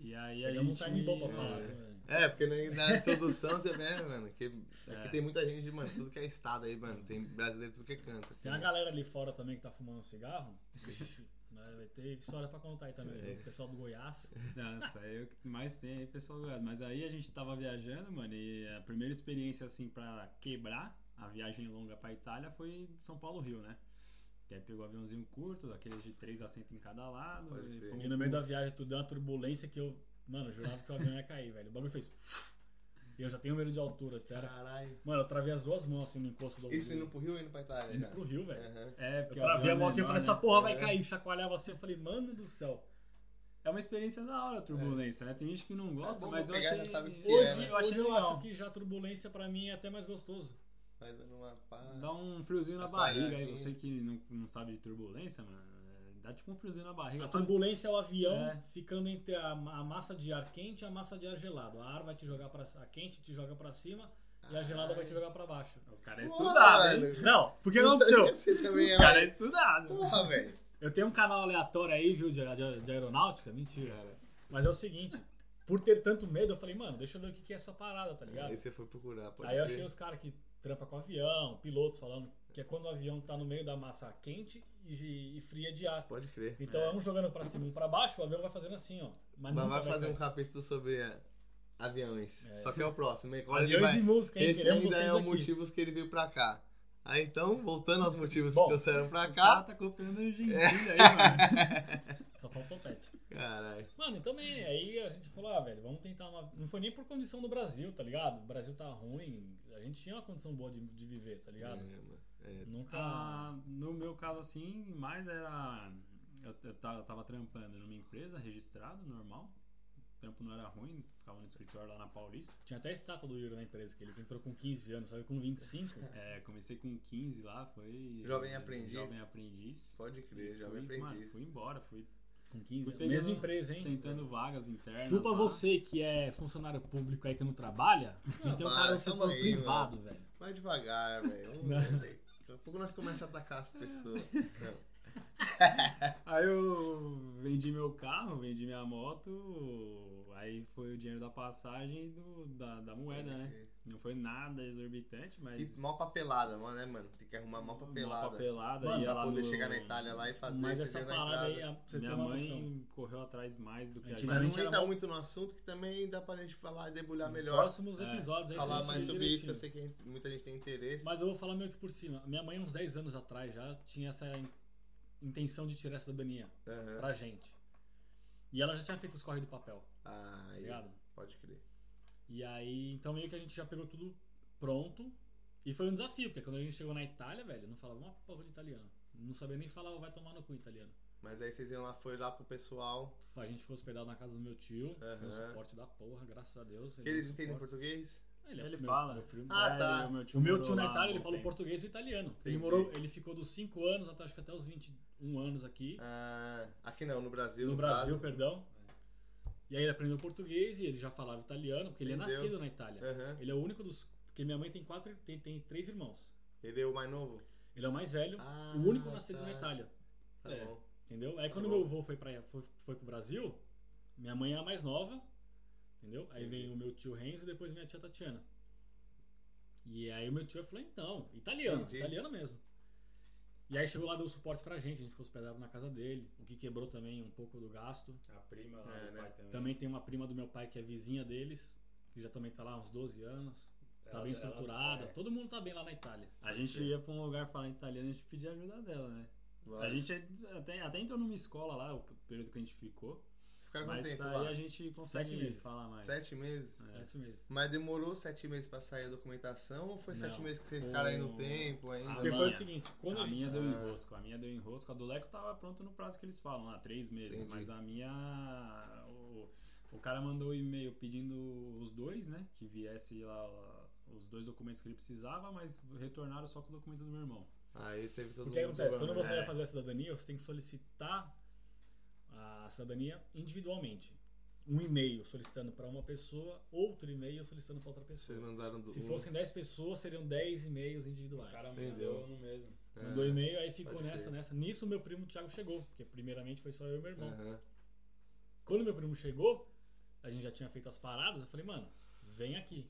[SPEAKER 3] E aí a
[SPEAKER 2] Pegamos um
[SPEAKER 3] gente...
[SPEAKER 2] time bom pra
[SPEAKER 1] é.
[SPEAKER 2] falar. né?
[SPEAKER 1] É, porque na, na introdução você vê, né, mano, que aqui
[SPEAKER 3] É.
[SPEAKER 1] tem muita gente, mano, tudo que é estado aí, mano. Tem brasileiro tudo que canta.
[SPEAKER 2] Tem uma galera ali fora também que tá fumando cigarro. Ixi, mas vai ter história pra contar aí também. né?
[SPEAKER 1] É.
[SPEAKER 2] O pessoal do Goiás.
[SPEAKER 3] Nossa, aí o que mais tem aí, pessoal do Goiás. Mas aí a gente tava viajando, mano, e a primeira experiência, assim, pra quebrar a viagem longa pra Itália foi de São Paulo-Rio, né? Que aí pegou o aviãozinho curto, aqueles de três assentos em cada lado.
[SPEAKER 1] Pode
[SPEAKER 3] e
[SPEAKER 1] crer.
[SPEAKER 3] fomos
[SPEAKER 2] E no meio da viagem tudo deu uma turbulência que eu. Mano, eu jurava que o avião ia cair, velho. O bagulho fez. E eu já tenho medo de altura, etc.
[SPEAKER 1] Caralho.
[SPEAKER 2] Mano, eu travei as duas mãos assim no encosto do
[SPEAKER 1] Isso indo pro Rio ou indo pra Itália?
[SPEAKER 2] Indo
[SPEAKER 1] Indo
[SPEAKER 2] pro rio, velho.
[SPEAKER 3] É,
[SPEAKER 2] Eu
[SPEAKER 3] porque o
[SPEAKER 2] travei a
[SPEAKER 3] avião
[SPEAKER 2] mão
[SPEAKER 3] é
[SPEAKER 2] aqui e falei,
[SPEAKER 3] menor,
[SPEAKER 2] essa
[SPEAKER 3] né?
[SPEAKER 2] porra vai
[SPEAKER 1] É.
[SPEAKER 2] cair. Chacoalhava assim, eu falei, mano do céu.
[SPEAKER 3] É uma experiência da hora a turbulência, né? Tem gente que não gosta,
[SPEAKER 1] Tá bom
[SPEAKER 3] mas eu
[SPEAKER 1] pegar,
[SPEAKER 3] achei...
[SPEAKER 1] já sabe o que
[SPEAKER 3] Hoje
[SPEAKER 1] é, né?
[SPEAKER 3] eu achei
[SPEAKER 2] Hoje eu
[SPEAKER 3] legal.
[SPEAKER 2] acho que já a turbulência pra mim é até mais gostoso.
[SPEAKER 1] Vai dando uma pá.
[SPEAKER 3] Dá um friozinho na
[SPEAKER 1] Tá
[SPEAKER 3] barriga aí,
[SPEAKER 1] parado,
[SPEAKER 3] você que não, não sabe de turbulência, mano. é, Dá tipo um friozinho na barriga,
[SPEAKER 2] A
[SPEAKER 3] sabe?
[SPEAKER 2] turbulência é o avião
[SPEAKER 3] É.
[SPEAKER 2] ficando entre a, ma- a massa de ar quente e a massa de ar gelado. A ar vai te jogar para a quente te joga pra cima e
[SPEAKER 1] Ah,
[SPEAKER 2] a gelada vai te jogar pra baixo.
[SPEAKER 3] O cara é
[SPEAKER 1] Porra,
[SPEAKER 3] estudado, hein?
[SPEAKER 1] velho.
[SPEAKER 3] Não, porque
[SPEAKER 1] Não sabia
[SPEAKER 3] aconteceu?
[SPEAKER 1] que Você Ah, também
[SPEAKER 3] O
[SPEAKER 1] é.
[SPEAKER 3] cara é estudado.
[SPEAKER 1] Porra, velho.
[SPEAKER 2] Eu tenho um canal aleatório aí, viu, de, de- de aeronáutica, mentira.
[SPEAKER 1] Cara,
[SPEAKER 2] Mas é o seguinte, por ter tanto medo, eu falei, mano, deixa eu ver o que que é essa parada, tá ligado?
[SPEAKER 1] aí você foi procurar, pode
[SPEAKER 2] Aí eu
[SPEAKER 1] crer.
[SPEAKER 2] achei os caras que trampa com avião, pilotos falando que é quando o avião tá no meio da massa quente e, e fria de ar.
[SPEAKER 1] Pode crer.
[SPEAKER 2] Então é um jogando pra cima, um pra baixo, o avião vai fazendo assim, ó. Mas
[SPEAKER 1] Mas
[SPEAKER 2] nunca
[SPEAKER 1] vai fazer um
[SPEAKER 2] cair.
[SPEAKER 1] capítulo sobre é, aviões.
[SPEAKER 2] É.
[SPEAKER 1] Só que é o próximo. hein? Agora ele
[SPEAKER 2] Aviões
[SPEAKER 1] vai-
[SPEAKER 2] e música, hein?
[SPEAKER 1] Esse
[SPEAKER 2] Queremos
[SPEAKER 1] ainda
[SPEAKER 2] vocês
[SPEAKER 1] é o
[SPEAKER 2] aqui.
[SPEAKER 1] motivos que ele veio pra cá. Aí então, voltando aos motivos
[SPEAKER 2] Bom,
[SPEAKER 1] que trouxeram pra
[SPEAKER 3] O
[SPEAKER 1] cá.
[SPEAKER 3] cara tá copiando a Argentina
[SPEAKER 1] É.
[SPEAKER 3] aí, mano.
[SPEAKER 2] Só falta o pet.
[SPEAKER 1] Caralho.
[SPEAKER 2] Mano, e também, aí a gente falou, ah, velho, vamos tentar uma. Não foi nem por condição do Brasil, tá ligado? O Brasil tá ruim, a gente tinha uma condição boa de, de viver, tá
[SPEAKER 1] É,
[SPEAKER 2] ligado?
[SPEAKER 1] mano. É.
[SPEAKER 2] Nunca.
[SPEAKER 3] Ah, no meu caso, assim, mais era. Eu, eu ta- eu tava trampando numa empresa, registrado, normal. O trampo não era ruim, ficava no escritório lá na Paulista.
[SPEAKER 2] Tinha até a estátua do Yuri na empresa, que ele entrou com 15 anos, saiu com 25.
[SPEAKER 3] É, comecei com 15 lá, foi.
[SPEAKER 1] Jovem aprendiz.
[SPEAKER 3] Jovem aprendiz.
[SPEAKER 1] Pode crer,
[SPEAKER 3] E
[SPEAKER 1] já
[SPEAKER 3] fui,
[SPEAKER 1] me
[SPEAKER 3] Mano, fui
[SPEAKER 1] aprendi.
[SPEAKER 3] embora, fui
[SPEAKER 2] Com 15
[SPEAKER 3] Fui
[SPEAKER 2] anos.
[SPEAKER 3] pegando-
[SPEAKER 2] Mesma empresa, hein?
[SPEAKER 3] tentando vagas internas.
[SPEAKER 2] Chupa
[SPEAKER 3] lá.
[SPEAKER 2] você que é funcionário público aí que não trabalha,
[SPEAKER 1] Ah,
[SPEAKER 2] então o
[SPEAKER 1] vai,
[SPEAKER 2] cara é
[SPEAKER 1] calma
[SPEAKER 2] um setor
[SPEAKER 1] aí,
[SPEAKER 2] privado, velho.
[SPEAKER 1] Vai devagar, velho. Vamos
[SPEAKER 2] Não.
[SPEAKER 1] ver. Daqui a pouco nós começamos a atacar as pessoas. Não.
[SPEAKER 3] Aí eu vendi meu carro, vendi minha moto, aí foi o dinheiro da passagem e do, da, da moeda, né? Não foi nada exorbitante,
[SPEAKER 1] E
[SPEAKER 3] mas.
[SPEAKER 1] mó papelada, mano, né, mano? Tem que arrumar mó papelada.
[SPEAKER 3] Mó papelada.
[SPEAKER 2] Mano,
[SPEAKER 3] ia
[SPEAKER 1] Pra
[SPEAKER 3] lá
[SPEAKER 1] poder
[SPEAKER 3] no-
[SPEAKER 1] chegar na Itália lá e fazer
[SPEAKER 2] Mas
[SPEAKER 1] esse
[SPEAKER 2] essa
[SPEAKER 1] dia na
[SPEAKER 2] parada aí, é
[SPEAKER 1] entrada.
[SPEAKER 2] a- você tem
[SPEAKER 3] Minha
[SPEAKER 2] uma
[SPEAKER 3] mãe
[SPEAKER 2] noção.
[SPEAKER 3] correu atrás mais do que a
[SPEAKER 2] A
[SPEAKER 3] gente.
[SPEAKER 2] gente
[SPEAKER 1] Mas
[SPEAKER 2] Antigamente
[SPEAKER 1] não
[SPEAKER 2] era
[SPEAKER 1] entra
[SPEAKER 2] mó-
[SPEAKER 1] muito no assunto que também dá pra gente falar, debular
[SPEAKER 2] Nos
[SPEAKER 1] Tá melhor.
[SPEAKER 2] Próximos
[SPEAKER 3] É.
[SPEAKER 2] episódios aí.
[SPEAKER 1] falar
[SPEAKER 2] vocês
[SPEAKER 1] mais
[SPEAKER 2] se
[SPEAKER 1] sobre isso, que eu
[SPEAKER 2] divertindo.
[SPEAKER 1] sei que gente- muita gente tem interesse.
[SPEAKER 2] Mas eu vou falar meio que por cima. Minha mãe, uns 10 anos atrás, já tinha essa in- intenção de tirar essa cidadania
[SPEAKER 1] Aham.
[SPEAKER 2] pra gente. E ela já tinha feito os corre do papel,
[SPEAKER 1] Ah,
[SPEAKER 2] tá
[SPEAKER 1] aí,
[SPEAKER 2] ligado?
[SPEAKER 1] pode crer.
[SPEAKER 2] E aí, então meio que a gente já pegou tudo pronto. E foi um desafio, porque quando a gente chegou na Itália, velho, não falava uma porra de italiano. Não sabia nem falar, vai tomar no cu italiano.
[SPEAKER 1] Mas aí vocês iam lá, foi lá pro pessoal.
[SPEAKER 2] A gente ficou hospedado na casa do meu tio, foi um
[SPEAKER 1] Aham.
[SPEAKER 2] suporte da porra, graças a Deus.
[SPEAKER 1] Que
[SPEAKER 2] deu
[SPEAKER 1] eles entendem
[SPEAKER 2] suporte.
[SPEAKER 1] português?
[SPEAKER 2] é
[SPEAKER 3] Ele
[SPEAKER 2] meu-
[SPEAKER 3] fala.
[SPEAKER 2] meu primo.
[SPEAKER 1] Ah,
[SPEAKER 3] É,
[SPEAKER 1] tá.
[SPEAKER 3] ele- meu
[SPEAKER 2] O meu
[SPEAKER 3] morou
[SPEAKER 2] tio na
[SPEAKER 3] lá
[SPEAKER 2] Itália,
[SPEAKER 3] um
[SPEAKER 2] ele falou
[SPEAKER 3] tempo.
[SPEAKER 2] português e italiano. Ele
[SPEAKER 1] Entendi.
[SPEAKER 2] morou, ele ficou dos 5 anos até acho que até os 21 anos aqui,
[SPEAKER 1] Ah, aqui não, no Brasil.
[SPEAKER 2] no Brasil,
[SPEAKER 1] caso.
[SPEAKER 2] perdão. E aí ele aprendeu português e ele já falava italiano, porque ele é
[SPEAKER 1] Entendeu.
[SPEAKER 2] nascido na Itália.
[SPEAKER 1] Aham.
[SPEAKER 2] Ele é o único dos, porque minha mãe tem quatro, tem, tem três irmãos.
[SPEAKER 1] Ele é o mais novo?
[SPEAKER 2] Ele é o mais velho,
[SPEAKER 1] Ah,
[SPEAKER 2] o único nascido
[SPEAKER 1] tá.
[SPEAKER 2] na Itália,
[SPEAKER 1] Tá
[SPEAKER 3] É.
[SPEAKER 1] bom.
[SPEAKER 2] entendeu? Aí
[SPEAKER 1] Tá
[SPEAKER 2] quando
[SPEAKER 1] bom.
[SPEAKER 2] meu avô foi para foi, foi pro Brasil, minha mãe é a mais nova, entendeu? Aí vem o meu tio Renzo e depois minha tia Tatiana. E aí o meu tio falou, então, italiano,
[SPEAKER 1] Entendi.
[SPEAKER 2] italiano mesmo. E aí chegou lá, deu suporte pra gente, a gente ficou hospedado na casa dele, o que quebrou também um pouco do gasto.
[SPEAKER 3] A prima lá
[SPEAKER 1] É,
[SPEAKER 3] do
[SPEAKER 1] né?
[SPEAKER 3] pai também.
[SPEAKER 2] Também tem uma prima do meu pai que é vizinha deles, que já também tá lá há uns 12 anos, tá
[SPEAKER 3] Ela-
[SPEAKER 2] bem
[SPEAKER 3] ela-
[SPEAKER 2] estruturada,
[SPEAKER 3] é.
[SPEAKER 2] todo mundo tá bem lá na Itália.
[SPEAKER 3] A gente ia pra um lugar falar italiano e a gente pedia ajuda dela, né? A
[SPEAKER 1] Lógico.
[SPEAKER 3] gente até, até entrou numa escola lá, o período que a gente ficou.
[SPEAKER 1] Os caras com
[SPEAKER 3] Mas
[SPEAKER 1] tempo
[SPEAKER 3] aí a
[SPEAKER 1] lá.
[SPEAKER 3] gente consegue
[SPEAKER 2] Sete meses.
[SPEAKER 3] falar mais.
[SPEAKER 1] Sete meses?
[SPEAKER 3] É.
[SPEAKER 2] Sete meses.
[SPEAKER 1] Mas demorou sete meses pra sair a documentação ou foi sete
[SPEAKER 2] Não,
[SPEAKER 1] meses que vocês
[SPEAKER 2] o-
[SPEAKER 1] ficaram aí no tempo ainda?
[SPEAKER 2] Porque
[SPEAKER 3] minha-
[SPEAKER 2] foi o seguinte, quando
[SPEAKER 3] a
[SPEAKER 2] a, gente-
[SPEAKER 3] minha deu
[SPEAKER 1] É.
[SPEAKER 3] enrosco, a minha deu enrosco, a do Leco tava pronta no prazo que eles falam, lá, três meses,
[SPEAKER 1] Entendi.
[SPEAKER 3] mas a minha. O, o cara mandou um e-mail pedindo os dois, né? Que viesse lá ó, os dois documentos que ele precisava, mas retornaram só com o documento do meu irmão.
[SPEAKER 1] Aí teve todo
[SPEAKER 2] O que
[SPEAKER 1] mundo né?
[SPEAKER 2] acontece? Quando
[SPEAKER 1] zoando.
[SPEAKER 2] você vai
[SPEAKER 3] É.
[SPEAKER 2] fazer a cidadania, você tem que solicitar a cidadania individualmente. Um e-mail solicitando para uma pessoa, outro e-mail solicitando para outra
[SPEAKER 1] Vocês
[SPEAKER 2] pessoa.
[SPEAKER 1] mandaram do. um
[SPEAKER 2] Se fossem 10 pessoas, seriam 10 e-mails individuais.
[SPEAKER 1] Entendeu?
[SPEAKER 4] no mesmo.
[SPEAKER 1] É.
[SPEAKER 2] Mandou e-mail, aí ficou
[SPEAKER 1] pode
[SPEAKER 2] nessa,
[SPEAKER 1] crer.
[SPEAKER 2] nessa. Nisso meu primo Thiago chegou, porque primeiramente foi só eu e meu irmão.
[SPEAKER 1] Aham.
[SPEAKER 2] Quando meu primo chegou, a gente já tinha feito as paradas, eu falei, mano, vem aqui.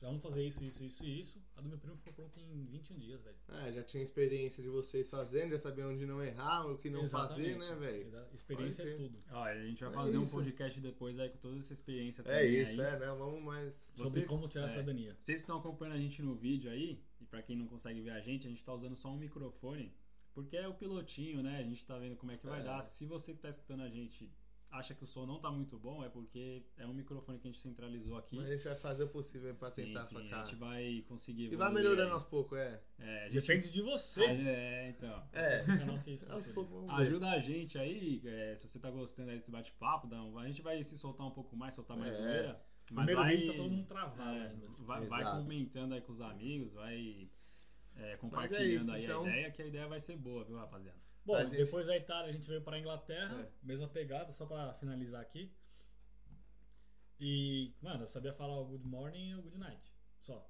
[SPEAKER 2] Já vamos fazer isso, isso, isso e isso. A do meu primo ficou pronta em 21 dias, velho.
[SPEAKER 1] Ah, já tinha experiência de vocês fazendo, já sabia onde não errar, o que não fazer, né,
[SPEAKER 2] Exatamente.
[SPEAKER 1] velho?
[SPEAKER 2] Exa- Experiência
[SPEAKER 1] Pode
[SPEAKER 2] é
[SPEAKER 1] crer.
[SPEAKER 2] tudo.
[SPEAKER 3] Ó, a gente vai
[SPEAKER 1] É
[SPEAKER 3] fazer um
[SPEAKER 1] isso.
[SPEAKER 3] podcast depois aí com toda essa experiência
[SPEAKER 1] É
[SPEAKER 3] também.
[SPEAKER 1] isso,
[SPEAKER 3] aí.
[SPEAKER 1] é, né? Vamos mais.
[SPEAKER 2] Sobre
[SPEAKER 3] Vocês-
[SPEAKER 2] como tirar
[SPEAKER 3] é.
[SPEAKER 2] a cidadania.
[SPEAKER 3] Vocês que estão acompanhando a gente no vídeo aí, e pra quem não consegue ver a gente, a gente tá usando só um microfone, porque é o pilotinho, né? A gente tá vendo como é que vai
[SPEAKER 1] É.
[SPEAKER 3] dar. Se você que tá escutando a gente acha que o som não tá muito bom, é porque é um microfone que a gente centralizou aqui.
[SPEAKER 1] Mas a gente vai fazer o possível pra
[SPEAKER 3] sim,
[SPEAKER 1] tentar
[SPEAKER 3] sim, a
[SPEAKER 1] sacar.
[SPEAKER 3] gente vai conseguir
[SPEAKER 1] E vai
[SPEAKER 3] evoluir
[SPEAKER 1] melhorando
[SPEAKER 3] aí.
[SPEAKER 1] aos poucos, é.
[SPEAKER 3] É, a gente...
[SPEAKER 2] Depende de você.
[SPEAKER 3] Ah, É, então.
[SPEAKER 1] É.
[SPEAKER 2] Esse canal se
[SPEAKER 1] Aos
[SPEAKER 2] estrutura.
[SPEAKER 1] poucos, vamos ver.
[SPEAKER 3] Ajuda a gente aí, é, se você tá gostando aí desse bate-papo, dá um- a gente vai se soltar um pouco mais, soltar mais
[SPEAKER 1] É.
[SPEAKER 3] zoeira. Mas
[SPEAKER 2] Primeiro
[SPEAKER 3] vai...
[SPEAKER 2] vídeo tá todo mundo travado
[SPEAKER 3] É,
[SPEAKER 2] ainda.
[SPEAKER 3] vai, vai
[SPEAKER 1] Exato.
[SPEAKER 3] comentando aí com os amigos, vai é, compartilhando
[SPEAKER 1] isso,
[SPEAKER 3] aí
[SPEAKER 1] então.
[SPEAKER 3] a ideia, que a ideia vai ser boa, viu, rapaziada?
[SPEAKER 2] Bom,
[SPEAKER 1] A gente-
[SPEAKER 2] depois da Itália a gente veio para a Inglaterra,
[SPEAKER 1] É.
[SPEAKER 2] mesma pegada, só para finalizar aqui. E, mano, eu sabia falar o good morning e o good night. Só.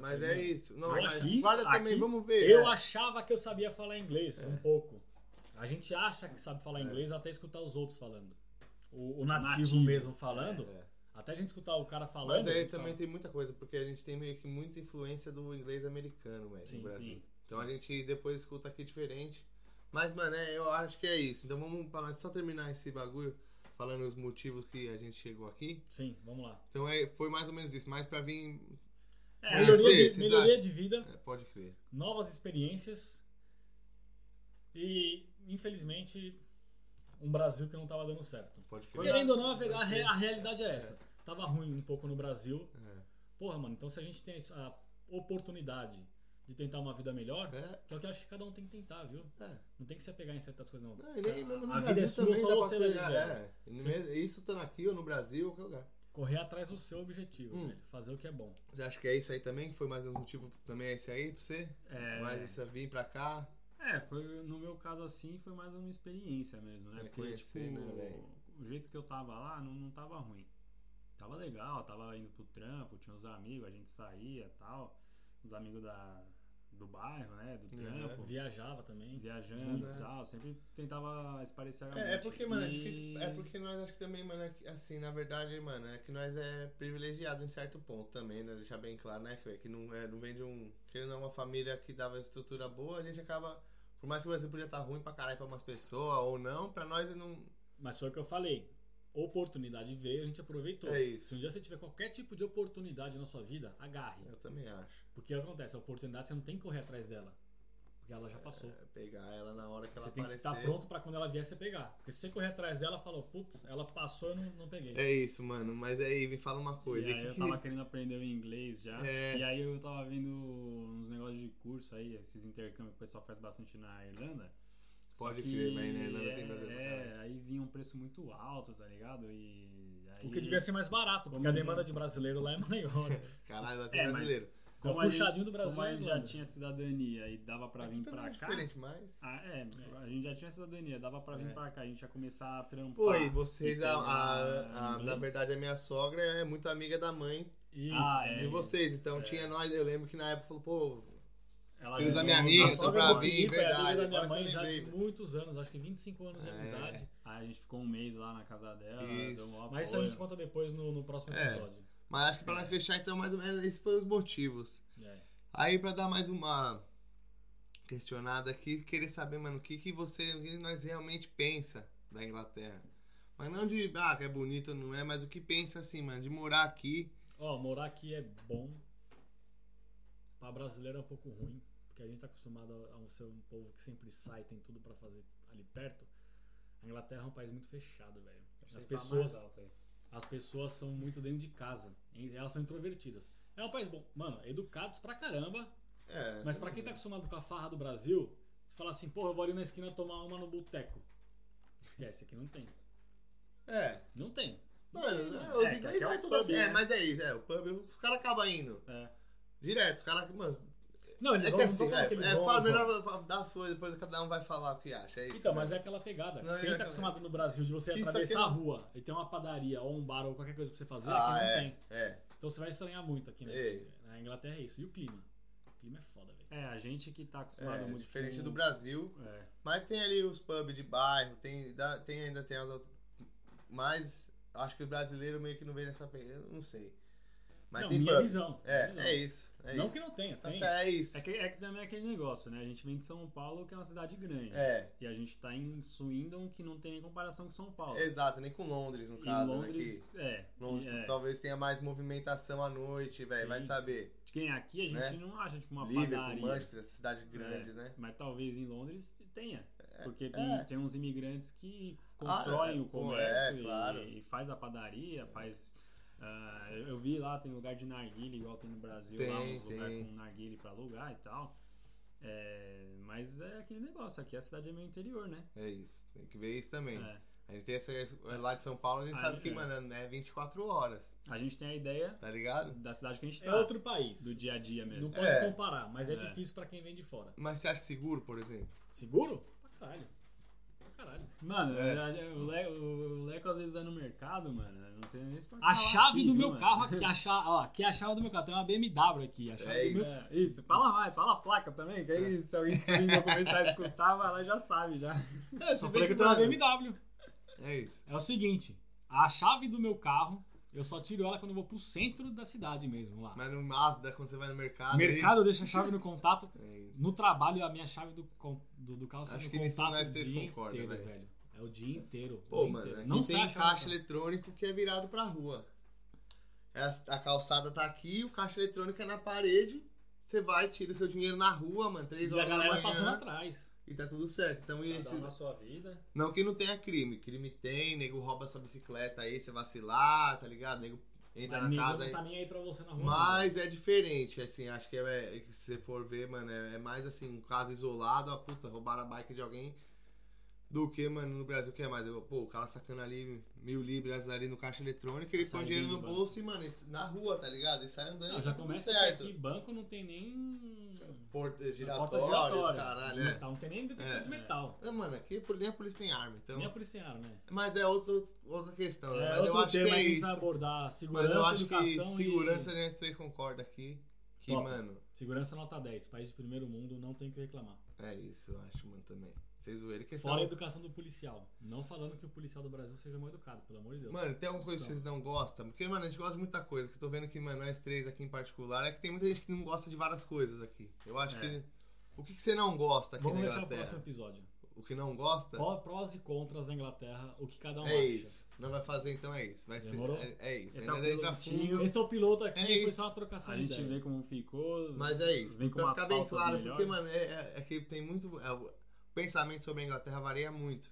[SPEAKER 1] Mas é isso. Não,
[SPEAKER 2] Eu
[SPEAKER 1] mas
[SPEAKER 3] aqui-
[SPEAKER 1] guarda também,
[SPEAKER 3] aqui,
[SPEAKER 1] vamos ver.
[SPEAKER 2] Eu
[SPEAKER 1] é.
[SPEAKER 2] achava que eu sabia falar inglês, um pouco. A gente acha que sabe
[SPEAKER 1] É.
[SPEAKER 2] falar inglês até escutar os outros falando. O, o nativo,
[SPEAKER 3] Nativo.
[SPEAKER 2] mesmo falando,
[SPEAKER 1] É.
[SPEAKER 2] até a gente escutar o cara falando. então.
[SPEAKER 1] Mas aí
[SPEAKER 2] ele fala,
[SPEAKER 1] também tem muita coisa, porque a gente tem meio que muita influência do inglês americano, velho,
[SPEAKER 2] Sim,
[SPEAKER 1] no Brasil.
[SPEAKER 3] sim.
[SPEAKER 1] Então a gente depois escuta aqui diferente. Mas, mano, é, eu acho que é isso. Então vamos pra- só terminar esse bagulho falando os motivos que a gente chegou aqui.
[SPEAKER 2] Sim, vamos lá.
[SPEAKER 1] Então é, foi mais ou menos isso. Mas pra vir.
[SPEAKER 3] É,
[SPEAKER 1] Melhorou.
[SPEAKER 2] melhoria
[SPEAKER 1] vocês,
[SPEAKER 2] de-
[SPEAKER 1] vocês
[SPEAKER 2] melhoria de vida.
[SPEAKER 1] é, pode crer.
[SPEAKER 2] novas experiências e, infelizmente, um Brasil que não estava dando certo.
[SPEAKER 1] Pode crer.
[SPEAKER 2] Querendo ou não, a, ver- a re- a realidade é essa. Tava ruim um pouco no Brasil.
[SPEAKER 1] É.
[SPEAKER 2] Porra, mano, então se a gente tem a oportunidade de tentar uma vida melhor,
[SPEAKER 1] É,
[SPEAKER 2] que é o que eu acho que cada um tem que tentar, viu?
[SPEAKER 1] é.
[SPEAKER 2] Não tem que se apegar em certas coisas, não.
[SPEAKER 1] Não, e nem mesmo no
[SPEAKER 2] a vida
[SPEAKER 1] Brasil
[SPEAKER 2] é sua,
[SPEAKER 1] também
[SPEAKER 2] só
[SPEAKER 1] dá pra
[SPEAKER 2] você vai
[SPEAKER 1] pegar,
[SPEAKER 2] viver.
[SPEAKER 1] é. E no mesmo- Isso estando aqui ou no Brasil, qualquer lugar.
[SPEAKER 2] Correr atrás do seu objetivo,
[SPEAKER 1] Hum.
[SPEAKER 2] velho. Fazer o que é bom.
[SPEAKER 1] Você acha que é isso aí também? Foi mais um motivo também esse aí pra você?
[SPEAKER 3] É.
[SPEAKER 1] Mais essa vir pra cá?
[SPEAKER 3] É, foi, no meu caso assim, foi mais uma experiência mesmo, né?
[SPEAKER 1] É,
[SPEAKER 3] Porque,
[SPEAKER 1] conhecer,
[SPEAKER 3] tipo,
[SPEAKER 1] né, velho?
[SPEAKER 3] o jeito que eu tava lá não, não tava ruim. Tava legal, tava indo pro trampo, tinha uns amigos, a gente saía e tal. Os amigos da, do bairro, né? Do
[SPEAKER 1] Uhum.
[SPEAKER 3] trampo.
[SPEAKER 2] Viajava também.
[SPEAKER 3] Viajando
[SPEAKER 1] Sim.
[SPEAKER 3] e tal, sempre tentava esparecer a
[SPEAKER 1] Uhum. É, é
[SPEAKER 3] mente.
[SPEAKER 1] porque, mano, é
[SPEAKER 3] E-
[SPEAKER 1] difícil. É porque nós acho que também, mano, é que, assim, na verdade, mano, é que nós é privilegiado em certo ponto também, né? Deixar bem claro, né? Que, que não, é, não vem de um. Querendo ou não, uma família que dava estrutura boa, a gente acaba. Por mais que o Brasil podia estar ruim pra caralho pra umas pessoas ou não, pra nós é não.
[SPEAKER 2] Mas foi o que eu falei. Oportunidade veio, a gente aproveitou.
[SPEAKER 1] É
[SPEAKER 2] Se
[SPEAKER 1] isso.
[SPEAKER 2] um dia você tiver qualquer tipo de oportunidade na sua vida, agarre.
[SPEAKER 1] Eu também acho.
[SPEAKER 2] Porque acontece, a oportunidade você não tem que correr atrás dela. Porque ela já passou.
[SPEAKER 1] É, pegar ela na hora que ela
[SPEAKER 2] você tem que
[SPEAKER 3] tá
[SPEAKER 1] aparecer.
[SPEAKER 2] estar pronto pra quando ela vier você pegar. Porque se você correr atrás dela, falou, putz, ela passou, eu não, não peguei.
[SPEAKER 1] É isso, mano. Mas aí, me fala uma coisa.
[SPEAKER 3] E
[SPEAKER 1] e
[SPEAKER 3] aí
[SPEAKER 1] que
[SPEAKER 3] eu
[SPEAKER 1] que-
[SPEAKER 3] tava querendo aprender o inglês já.
[SPEAKER 1] É.
[SPEAKER 3] E aí eu tava vendo uns negócios de curso aí, esses intercâmbios que o pessoal faz bastante na Irlanda. Só
[SPEAKER 1] Pode
[SPEAKER 3] que
[SPEAKER 1] crer, mas na Irlanda tem brasileiro pra
[SPEAKER 3] é,
[SPEAKER 1] caralho.
[SPEAKER 3] é, aí vinha um preço muito alto, tá ligado? E
[SPEAKER 1] É,
[SPEAKER 3] aí,
[SPEAKER 2] O que devia ser mais barato, porque
[SPEAKER 3] Como
[SPEAKER 2] a
[SPEAKER 3] já-
[SPEAKER 2] demanda de brasileiro lá é maior.
[SPEAKER 1] Caralho, ela tem
[SPEAKER 3] É, mas-
[SPEAKER 1] brasileiro.
[SPEAKER 3] como
[SPEAKER 2] é
[SPEAKER 3] a
[SPEAKER 2] o
[SPEAKER 3] gente-
[SPEAKER 2] puxadinho do Brasil.
[SPEAKER 3] Como a gente já
[SPEAKER 2] mano.
[SPEAKER 3] tinha cidadania e dava pra
[SPEAKER 1] Aqui
[SPEAKER 3] vir
[SPEAKER 1] também
[SPEAKER 3] pra
[SPEAKER 1] é
[SPEAKER 3] cá.
[SPEAKER 1] diferente, mas.
[SPEAKER 3] Ah, é, a gente já tinha cidadania, dava pra vir
[SPEAKER 1] É.
[SPEAKER 3] pra cá, a gente ia começar a trampar.
[SPEAKER 1] Pô, e vocês,
[SPEAKER 3] e
[SPEAKER 1] a,
[SPEAKER 3] pegar
[SPEAKER 1] a- a- na
[SPEAKER 3] inglês.
[SPEAKER 1] verdade, a minha sogra é muito amiga da mãe
[SPEAKER 2] Isso.
[SPEAKER 3] Ah, é.
[SPEAKER 1] de vocês. Então
[SPEAKER 3] É.
[SPEAKER 1] tinha nós, eu lembro que na época falou, pô,
[SPEAKER 3] Ela
[SPEAKER 1] Filhos
[SPEAKER 3] já
[SPEAKER 1] da minha
[SPEAKER 3] não-
[SPEAKER 1] amiga,
[SPEAKER 2] A
[SPEAKER 1] Isso,
[SPEAKER 2] sogra
[SPEAKER 1] pra
[SPEAKER 2] do
[SPEAKER 1] vir,
[SPEAKER 2] Felipe é amiga
[SPEAKER 1] verdade,
[SPEAKER 2] da minha
[SPEAKER 1] agora que
[SPEAKER 2] mãe
[SPEAKER 1] eu
[SPEAKER 2] já de
[SPEAKER 1] lembrei.
[SPEAKER 2] muitos anos, acho que 25 anos de
[SPEAKER 1] É.
[SPEAKER 2] amizade.
[SPEAKER 3] Aí a gente ficou um mês lá na casa dela,
[SPEAKER 1] Isso.
[SPEAKER 3] deu um
[SPEAKER 2] Mas isso a
[SPEAKER 3] apoio.
[SPEAKER 2] gente conta depois no, no próximo
[SPEAKER 1] Tá É.
[SPEAKER 2] episódio.
[SPEAKER 1] mas acho que pra nós fechar, então, mais ou menos, esses foram os motivos.
[SPEAKER 2] É.
[SPEAKER 1] Aí, pra dar mais uma questionada aqui, querer saber, mano, o que, que você, o que nós realmente pensa da Inglaterra. Mas não de, ah, que é bonito, não é, mas o que pensa, assim, mano, de morar aqui.
[SPEAKER 2] Ó, morar aqui é bom. Pra brasileiro é um pouco ruim, um porque a gente tá acostumado a a ser um povo que sempre sai, tem tudo pra fazer ali perto. A Inglaterra é um país muito fechado, velho.
[SPEAKER 3] Deixa
[SPEAKER 2] As
[SPEAKER 3] eu falar
[SPEAKER 2] pessoas,
[SPEAKER 3] mais alto aí.
[SPEAKER 2] as pessoas são muito dentro de casa. E Elas são introvertidas. É um país bom. Mano, educados pra caramba.
[SPEAKER 1] É.
[SPEAKER 2] Mas pra quem tá acostumado com a farra do Brasil, você fala assim, porra, eu vou ali na esquina tomar uma no boteco. Esquece, aqui não tem.
[SPEAKER 1] É.
[SPEAKER 2] Não tem.
[SPEAKER 1] Mano,
[SPEAKER 2] Não
[SPEAKER 1] é,
[SPEAKER 2] tem,
[SPEAKER 1] os
[SPEAKER 3] que
[SPEAKER 1] ingleses
[SPEAKER 3] é o
[SPEAKER 1] vai tudo
[SPEAKER 3] pub,
[SPEAKER 1] assim.
[SPEAKER 3] né?
[SPEAKER 1] É, mas é isso, é. O pub, os caras acabam indo.
[SPEAKER 2] um É.
[SPEAKER 1] Direto, os caras. Mano,
[SPEAKER 2] Não, eles
[SPEAKER 1] é
[SPEAKER 2] vão,
[SPEAKER 1] que
[SPEAKER 2] não tô
[SPEAKER 1] assim,
[SPEAKER 2] falando
[SPEAKER 1] é,
[SPEAKER 2] que eles
[SPEAKER 1] é,
[SPEAKER 2] vão,
[SPEAKER 1] fala,
[SPEAKER 2] não vão.
[SPEAKER 1] melhor fa- dar as coisas, depois cada um vai falar o que acha. É isso.
[SPEAKER 2] Então, mas
[SPEAKER 1] né?
[SPEAKER 2] é aquela pegada.
[SPEAKER 1] Não,
[SPEAKER 2] Quem
[SPEAKER 1] eu-
[SPEAKER 2] tá acostumado no Brasil de você
[SPEAKER 1] Isso
[SPEAKER 2] atravessar
[SPEAKER 1] aqui
[SPEAKER 2] a
[SPEAKER 1] é-
[SPEAKER 2] rua e ter uma padaria ou um bar ou qualquer coisa pra você fazer,
[SPEAKER 1] Ah,
[SPEAKER 2] aqui não
[SPEAKER 1] é.
[SPEAKER 2] tem.
[SPEAKER 1] É.
[SPEAKER 2] Então você vai estranhar muito aqui, né?
[SPEAKER 1] Ei.
[SPEAKER 2] Na Inglaterra é isso. E o clima? O clima é foda, velho.
[SPEAKER 3] É, a gente que tá acostumado
[SPEAKER 1] É,
[SPEAKER 3] muito
[SPEAKER 1] diferente
[SPEAKER 3] com-
[SPEAKER 1] do Brasil.
[SPEAKER 3] É,
[SPEAKER 1] Mas tem ali os pubs de bairro, tem, dá- tem ainda tem as outras. Mas acho que o brasileiro meio que não vem nessa pegada, não sei. Mas
[SPEAKER 2] não,
[SPEAKER 1] tem
[SPEAKER 2] minha
[SPEAKER 1] pub.
[SPEAKER 2] visão. minha
[SPEAKER 1] É,
[SPEAKER 2] visão.
[SPEAKER 1] é isso. É
[SPEAKER 2] não
[SPEAKER 1] isso.
[SPEAKER 2] que não tenha,
[SPEAKER 1] Tá
[SPEAKER 2] tem.
[SPEAKER 1] certo, é isso.
[SPEAKER 3] é, que, é que também é aquele negócio, né? A gente vem de São Paulo, que é uma cidade grande.
[SPEAKER 1] É,
[SPEAKER 3] E a gente tá em Swindon, que não tem nem comparação com São Paulo.
[SPEAKER 1] exato, nem com Londres, no
[SPEAKER 3] E
[SPEAKER 1] caso, né?
[SPEAKER 3] Londres, é.
[SPEAKER 1] Que Londres
[SPEAKER 3] é.
[SPEAKER 1] talvez tenha mais movimentação à noite, velho. Vai
[SPEAKER 3] Sim.
[SPEAKER 1] saber.
[SPEAKER 3] De quem é aqui a gente
[SPEAKER 1] Né?
[SPEAKER 3] não acha, tipo, uma
[SPEAKER 1] Liverpool,
[SPEAKER 3] padaria.
[SPEAKER 1] Manchester, essas cidades grandes, né?
[SPEAKER 3] Mas talvez em Londres tenha. Porque tem,
[SPEAKER 1] é.
[SPEAKER 3] tem uns imigrantes que constroem
[SPEAKER 1] é,
[SPEAKER 3] o
[SPEAKER 1] pô,
[SPEAKER 3] comércio
[SPEAKER 1] é,
[SPEAKER 3] e-
[SPEAKER 1] claro.
[SPEAKER 3] e, faz a padaria, faz. ah, eu eu vi lá, tem lugar de narguile, igual tem no Brasil, lá
[SPEAKER 1] Tem,
[SPEAKER 3] uns lugares
[SPEAKER 1] tem.
[SPEAKER 3] com narguile pra alugar e tal. É, mas é aquele negócio, aqui a cidade é meio interior, né?
[SPEAKER 1] É isso. Tem que ver isso também.
[SPEAKER 3] É.
[SPEAKER 1] A gente tem essa. é Lá de São Paulo, a gente
[SPEAKER 3] Ah,
[SPEAKER 1] sabe que,
[SPEAKER 3] é.
[SPEAKER 1] mano, é 24 horas,
[SPEAKER 3] A gente tem a ideia
[SPEAKER 1] tá ligado?
[SPEAKER 3] da cidade que a gente
[SPEAKER 2] É
[SPEAKER 3] tá,
[SPEAKER 2] outro país.
[SPEAKER 3] do dia a dia
[SPEAKER 2] Não
[SPEAKER 3] mesmo.
[SPEAKER 2] pode
[SPEAKER 1] É.
[SPEAKER 2] comparar, mas é,
[SPEAKER 3] É.
[SPEAKER 2] difícil pra quem vem de fora.
[SPEAKER 1] Mas você acha seguro, por exemplo?
[SPEAKER 2] Seguro? Pra caralho. Pra caralho.
[SPEAKER 3] Mano,
[SPEAKER 1] É.
[SPEAKER 3] a- a- o, Le, o Leco às vezes vai no mercado, mano, eu não sei nem se pode falar
[SPEAKER 2] A chave
[SPEAKER 3] aqui,
[SPEAKER 2] do
[SPEAKER 3] viu,
[SPEAKER 2] meu
[SPEAKER 3] mano?
[SPEAKER 2] carro aqui, a chave, ó, aqui é a chave do meu carro. Tem uma BMW aqui, a chave
[SPEAKER 1] É
[SPEAKER 2] do meu-
[SPEAKER 1] isso.
[SPEAKER 3] É, isso, fala mais, fala a placa também, que aí se alguém de Swindon começar a escutar, vai lá e já sabe já.
[SPEAKER 1] É,
[SPEAKER 2] Só
[SPEAKER 1] se bem
[SPEAKER 2] falei que eu
[SPEAKER 1] que,
[SPEAKER 2] tenho uma
[SPEAKER 1] mano,
[SPEAKER 2] BMW.
[SPEAKER 1] É isso.
[SPEAKER 2] É o seguinte, a chave do meu carro, eu só tiro ela quando eu vou pro centro da cidade mesmo lá.
[SPEAKER 1] Mas no Mazda, quando você vai no mercado.
[SPEAKER 2] Mercado eu deixo a chave no contato.
[SPEAKER 1] aí- É isso.
[SPEAKER 2] No trabalho, a minha chave do, con- do, do carro fica
[SPEAKER 1] Acho
[SPEAKER 2] no
[SPEAKER 1] que nisso
[SPEAKER 2] contato
[SPEAKER 1] nós
[SPEAKER 2] o
[SPEAKER 1] três
[SPEAKER 2] dia
[SPEAKER 1] concordam,
[SPEAKER 2] inteiro,
[SPEAKER 1] velho.
[SPEAKER 2] velho. É o dia inteiro. o
[SPEAKER 1] Pô,
[SPEAKER 2] dia
[SPEAKER 1] mano,
[SPEAKER 2] inteiro.
[SPEAKER 1] aqui
[SPEAKER 2] não né, sai a
[SPEAKER 1] tem
[SPEAKER 2] chave do
[SPEAKER 1] caixa
[SPEAKER 2] carro.
[SPEAKER 1] eletrônico que é virado pra rua. É as- A, calçada tá aqui, o caixa eletrônico é na parede. Você vai, tira o seu dinheiro na rua, mano, três
[SPEAKER 2] E a
[SPEAKER 1] horas da
[SPEAKER 2] galera
[SPEAKER 1] manhã.
[SPEAKER 2] passando atrás.
[SPEAKER 1] E tá tudo certo. Então, e esse...
[SPEAKER 3] sua vida.
[SPEAKER 1] Não que não tenha crime. Crime tem, nego rouba sua bicicleta aí, você vacilar, tá ligado? Nego entra
[SPEAKER 2] Mas
[SPEAKER 1] na
[SPEAKER 2] ninguém
[SPEAKER 1] casa
[SPEAKER 2] não
[SPEAKER 1] aí.
[SPEAKER 2] tá nem aí pra você na rua. não.
[SPEAKER 1] Mas é diferente, assim, acho que é, é que se você for ver, mano, é, é mais assim, um caso isolado, a puta, roubaram a bike de alguém do que, mano, no Brasil que é mais. Eu, pô, o cara sacando ali mil libras ali no caixa eletrônico, ele põe
[SPEAKER 3] Saindo
[SPEAKER 1] dinheiro
[SPEAKER 3] do
[SPEAKER 1] no
[SPEAKER 3] banco.
[SPEAKER 1] bolso e, mano, e- na rua, tá ligado? E sai andando,
[SPEAKER 2] Não,
[SPEAKER 1] já
[SPEAKER 2] já
[SPEAKER 1] tudo
[SPEAKER 2] começa
[SPEAKER 1] certo.
[SPEAKER 2] aqui, banco não tem nem...
[SPEAKER 1] Porta
[SPEAKER 2] porta
[SPEAKER 1] giratórias,
[SPEAKER 2] giratória.
[SPEAKER 1] caralho.
[SPEAKER 2] De
[SPEAKER 1] É.
[SPEAKER 2] metal, não tem nem detector de
[SPEAKER 3] É.
[SPEAKER 2] metal.
[SPEAKER 1] Não, mano, aqui por- nem a polícia tem arma, então.
[SPEAKER 2] Nem a policial, né?
[SPEAKER 1] Mas é outra, outra questão, né?
[SPEAKER 2] É,
[SPEAKER 1] Mas eu
[SPEAKER 2] outro
[SPEAKER 1] acho que
[SPEAKER 2] tema
[SPEAKER 1] é
[SPEAKER 2] aí que a gente vai
[SPEAKER 1] isso.
[SPEAKER 2] abordar.
[SPEAKER 1] Mas
[SPEAKER 2] Segurança,
[SPEAKER 1] eu acho que
[SPEAKER 2] educação
[SPEAKER 1] segurança,
[SPEAKER 2] e...
[SPEAKER 1] né, os três concordam aqui. Que,
[SPEAKER 2] Top.
[SPEAKER 1] mano,
[SPEAKER 2] Segurança nota 10. País de primeiro mundo, não tem o que reclamar.
[SPEAKER 1] É isso, eu acho, mano, também. Vocês zoeira que é
[SPEAKER 2] Fora a
[SPEAKER 1] estão...
[SPEAKER 2] educação do policial. Não falando que o policial do Brasil seja mal educado, pelo amor de Deus.
[SPEAKER 1] Mano, tem alguma coisa que
[SPEAKER 2] São.
[SPEAKER 1] vocês não gostam? Porque, mano, a gente gosta de muita coisa. O que eu tô vendo que, mano, nós três aqui em particular, é que tem muita gente que não gosta de várias coisas aqui. Eu acho
[SPEAKER 3] É.
[SPEAKER 1] que. O que, que você não gosta aqui
[SPEAKER 2] Vamos
[SPEAKER 1] na
[SPEAKER 2] deixar o próximo
[SPEAKER 1] Inglaterra?
[SPEAKER 2] episódio.
[SPEAKER 1] O que não gosta?
[SPEAKER 2] Pró- Prós e contras da Inglaterra, o que cada um
[SPEAKER 1] é
[SPEAKER 2] acha.
[SPEAKER 1] isso. Não vai fazer, então é isso. Vai ser.
[SPEAKER 2] Demorou?
[SPEAKER 1] É, é isso.
[SPEAKER 3] Esse é
[SPEAKER 1] Ainda
[SPEAKER 3] o
[SPEAKER 1] entra
[SPEAKER 3] pilotinho.
[SPEAKER 1] fundo,
[SPEAKER 2] Esse é o piloto aqui,
[SPEAKER 1] É
[SPEAKER 2] foi
[SPEAKER 1] isso.
[SPEAKER 2] só uma trocação
[SPEAKER 3] A
[SPEAKER 2] de
[SPEAKER 3] gente
[SPEAKER 2] ideia.
[SPEAKER 3] vê como ficou.
[SPEAKER 1] Mas é isso.
[SPEAKER 3] Vem com
[SPEAKER 1] pra
[SPEAKER 3] umas
[SPEAKER 1] ficar bem
[SPEAKER 3] pautas
[SPEAKER 1] claro, porque,
[SPEAKER 3] melhores.
[SPEAKER 1] mano, é, é- é que tem muito. é, o pensamento sobre a Inglaterra varia muito.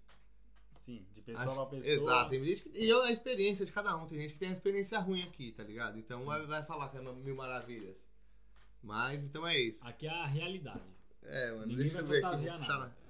[SPEAKER 3] Sim, de pessoa
[SPEAKER 1] Acho-
[SPEAKER 3] pra pessoa.
[SPEAKER 1] Exato, tem gente que. E eu, a experiência de cada um, tem gente que tem a experiência ruim aqui, tá ligado? Então vai, vai falar que é uma- mil maravilhas. Mas então é isso.
[SPEAKER 2] Aqui é a realidade.
[SPEAKER 1] É, mano,
[SPEAKER 2] ninguém
[SPEAKER 1] deixa
[SPEAKER 2] vai
[SPEAKER 1] eu ver aqui.
[SPEAKER 2] fantasiar
[SPEAKER 1] vou puxar
[SPEAKER 2] nada.
[SPEAKER 1] lá.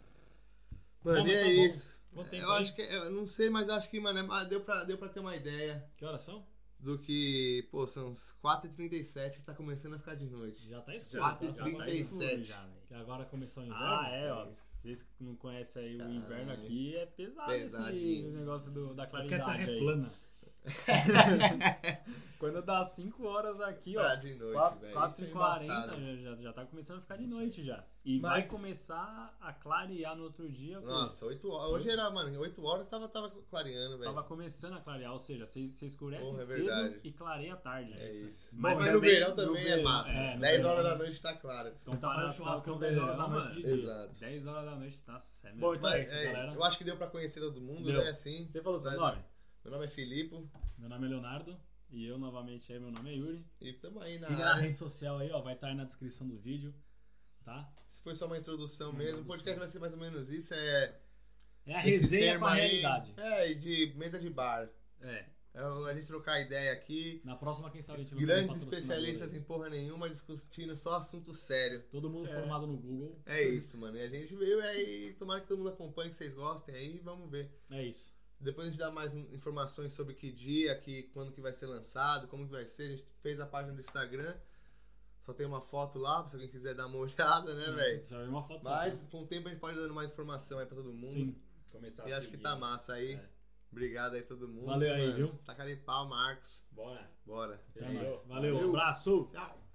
[SPEAKER 1] Mano,
[SPEAKER 2] Não, mas
[SPEAKER 1] e é
[SPEAKER 2] tá bom.
[SPEAKER 1] isso.
[SPEAKER 2] Quanto tempo
[SPEAKER 1] Eu
[SPEAKER 2] aí?
[SPEAKER 1] acho que. é, Eu não sei, mas acho que, mano, é- ah, deu pra, deu pra ter uma ideia
[SPEAKER 2] Que horas são?
[SPEAKER 1] do que. Pô, são uns 4h37 tá começando a ficar de noite.
[SPEAKER 2] Já tá escuro.
[SPEAKER 1] Quatro
[SPEAKER 2] tá?
[SPEAKER 1] e
[SPEAKER 2] Só
[SPEAKER 1] trinta e
[SPEAKER 2] tá escuro.
[SPEAKER 1] sete.
[SPEAKER 3] já, velho.
[SPEAKER 2] Que agora começou o inverno.
[SPEAKER 3] Ah, é, ó. Se vocês que não conhecem aí o
[SPEAKER 1] Caralho.
[SPEAKER 3] inverno aqui, é pesado esse
[SPEAKER 1] Pesadinho. tá
[SPEAKER 3] negócio do- da
[SPEAKER 2] A terra
[SPEAKER 3] claridade
[SPEAKER 2] é
[SPEAKER 3] aí.
[SPEAKER 2] plana.
[SPEAKER 3] Quando dá 5 horas aqui, ó.
[SPEAKER 1] Tá de noite, velho. Isso é
[SPEAKER 3] 4h40
[SPEAKER 1] embaçado.
[SPEAKER 3] já, já tá começando a ficar de
[SPEAKER 1] Isso aí.
[SPEAKER 3] noite já. E
[SPEAKER 1] Mas-
[SPEAKER 3] vai começar a clarear no outro dia. pô.
[SPEAKER 1] Nossa, 8 horas. Hoje era, mano, 8 horas tava, tava clareando, velho.
[SPEAKER 3] Tava começando a clarear, ou seja, você você escurece
[SPEAKER 1] Porra, é
[SPEAKER 3] cedo
[SPEAKER 1] verdade.
[SPEAKER 3] e clareia tarde.
[SPEAKER 1] É isso.
[SPEAKER 3] Mas
[SPEAKER 1] Mas, no
[SPEAKER 3] também-
[SPEAKER 1] verão
[SPEAKER 3] no
[SPEAKER 1] também é
[SPEAKER 3] verão,
[SPEAKER 1] massa.
[SPEAKER 3] é, no
[SPEAKER 1] 10
[SPEAKER 2] verão.
[SPEAKER 1] horas da noite tá claro.
[SPEAKER 2] Então tá
[SPEAKER 3] Comparação
[SPEAKER 2] fazendo churrasco
[SPEAKER 3] com
[SPEAKER 2] 10 horas da
[SPEAKER 3] verão,
[SPEAKER 2] noite de dia.
[SPEAKER 1] Exato.
[SPEAKER 3] 10 horas da noite tá sério.
[SPEAKER 2] Bom, então é
[SPEAKER 1] Mas
[SPEAKER 2] isso,
[SPEAKER 1] é
[SPEAKER 2] galera.
[SPEAKER 1] isso. Eu acho que deu pra conhecer todo mundo,
[SPEAKER 2] Deu.
[SPEAKER 1] né? Assim.
[SPEAKER 2] Você falou seu
[SPEAKER 1] Vai,
[SPEAKER 2] nome?
[SPEAKER 1] Meu nome é Filipe
[SPEAKER 2] Meu nome é Leonardo.
[SPEAKER 3] E eu novamente aí, meu nome é Yuri.
[SPEAKER 1] e tamo aí na
[SPEAKER 2] Siga na
[SPEAKER 1] área.
[SPEAKER 2] rede social aí, ó. Vai estar aí na descrição do vídeo. Tá?
[SPEAKER 1] Isso foi só uma introdução
[SPEAKER 2] Uma
[SPEAKER 1] mesmo. O
[SPEAKER 2] introdução.
[SPEAKER 1] podcast vai ser mais ou menos isso. É
[SPEAKER 2] É Hum, a
[SPEAKER 1] Esse
[SPEAKER 2] resenha com
[SPEAKER 1] termo
[SPEAKER 2] a
[SPEAKER 1] aí,
[SPEAKER 2] realidade.
[SPEAKER 1] É, e de mesa de bar.
[SPEAKER 3] É,
[SPEAKER 1] É o- a gente trocar ideia aqui.
[SPEAKER 2] Na próxima, quem sabe a
[SPEAKER 1] Esses
[SPEAKER 2] gente vai ter um
[SPEAKER 1] grandes
[SPEAKER 2] patrocinador
[SPEAKER 1] especialistas
[SPEAKER 2] aí.
[SPEAKER 1] em porra nenhuma discutindo só assunto sério.
[SPEAKER 2] Todo mundo
[SPEAKER 3] É.
[SPEAKER 2] formado no Google.
[SPEAKER 1] É isso, mano. E a gente veio aí, tomara que todo mundo acompanhe, que vocês gostem aí, vamos ver.
[SPEAKER 2] É isso.
[SPEAKER 1] Depois a gente dá mais informações sobre que dia, que, quando que vai ser lançado, como que vai ser. A gente fez a página do Instagram. Só tem uma foto lá, se alguém quiser dar uma olhada,
[SPEAKER 2] Uhum.
[SPEAKER 1] né, velho?
[SPEAKER 2] Você vai ver uma foto só,
[SPEAKER 1] Mas
[SPEAKER 2] né?
[SPEAKER 1] com o tempo a gente pode dando mais informação aí pra todo mundo.
[SPEAKER 2] Sim.
[SPEAKER 3] começar
[SPEAKER 1] E
[SPEAKER 3] a
[SPEAKER 1] acho que
[SPEAKER 3] seguir.
[SPEAKER 1] tá massa aí.
[SPEAKER 3] É.
[SPEAKER 1] Obrigado aí todo mundo.
[SPEAKER 2] Valeu aí,
[SPEAKER 1] mano.
[SPEAKER 2] viu?
[SPEAKER 1] Taca ali pau, Marcos.
[SPEAKER 3] Bora.
[SPEAKER 1] Bora.
[SPEAKER 2] Até
[SPEAKER 3] Fechou.
[SPEAKER 2] mais. Valeu.
[SPEAKER 1] Valeu.
[SPEAKER 2] Abraço.
[SPEAKER 1] Tchau.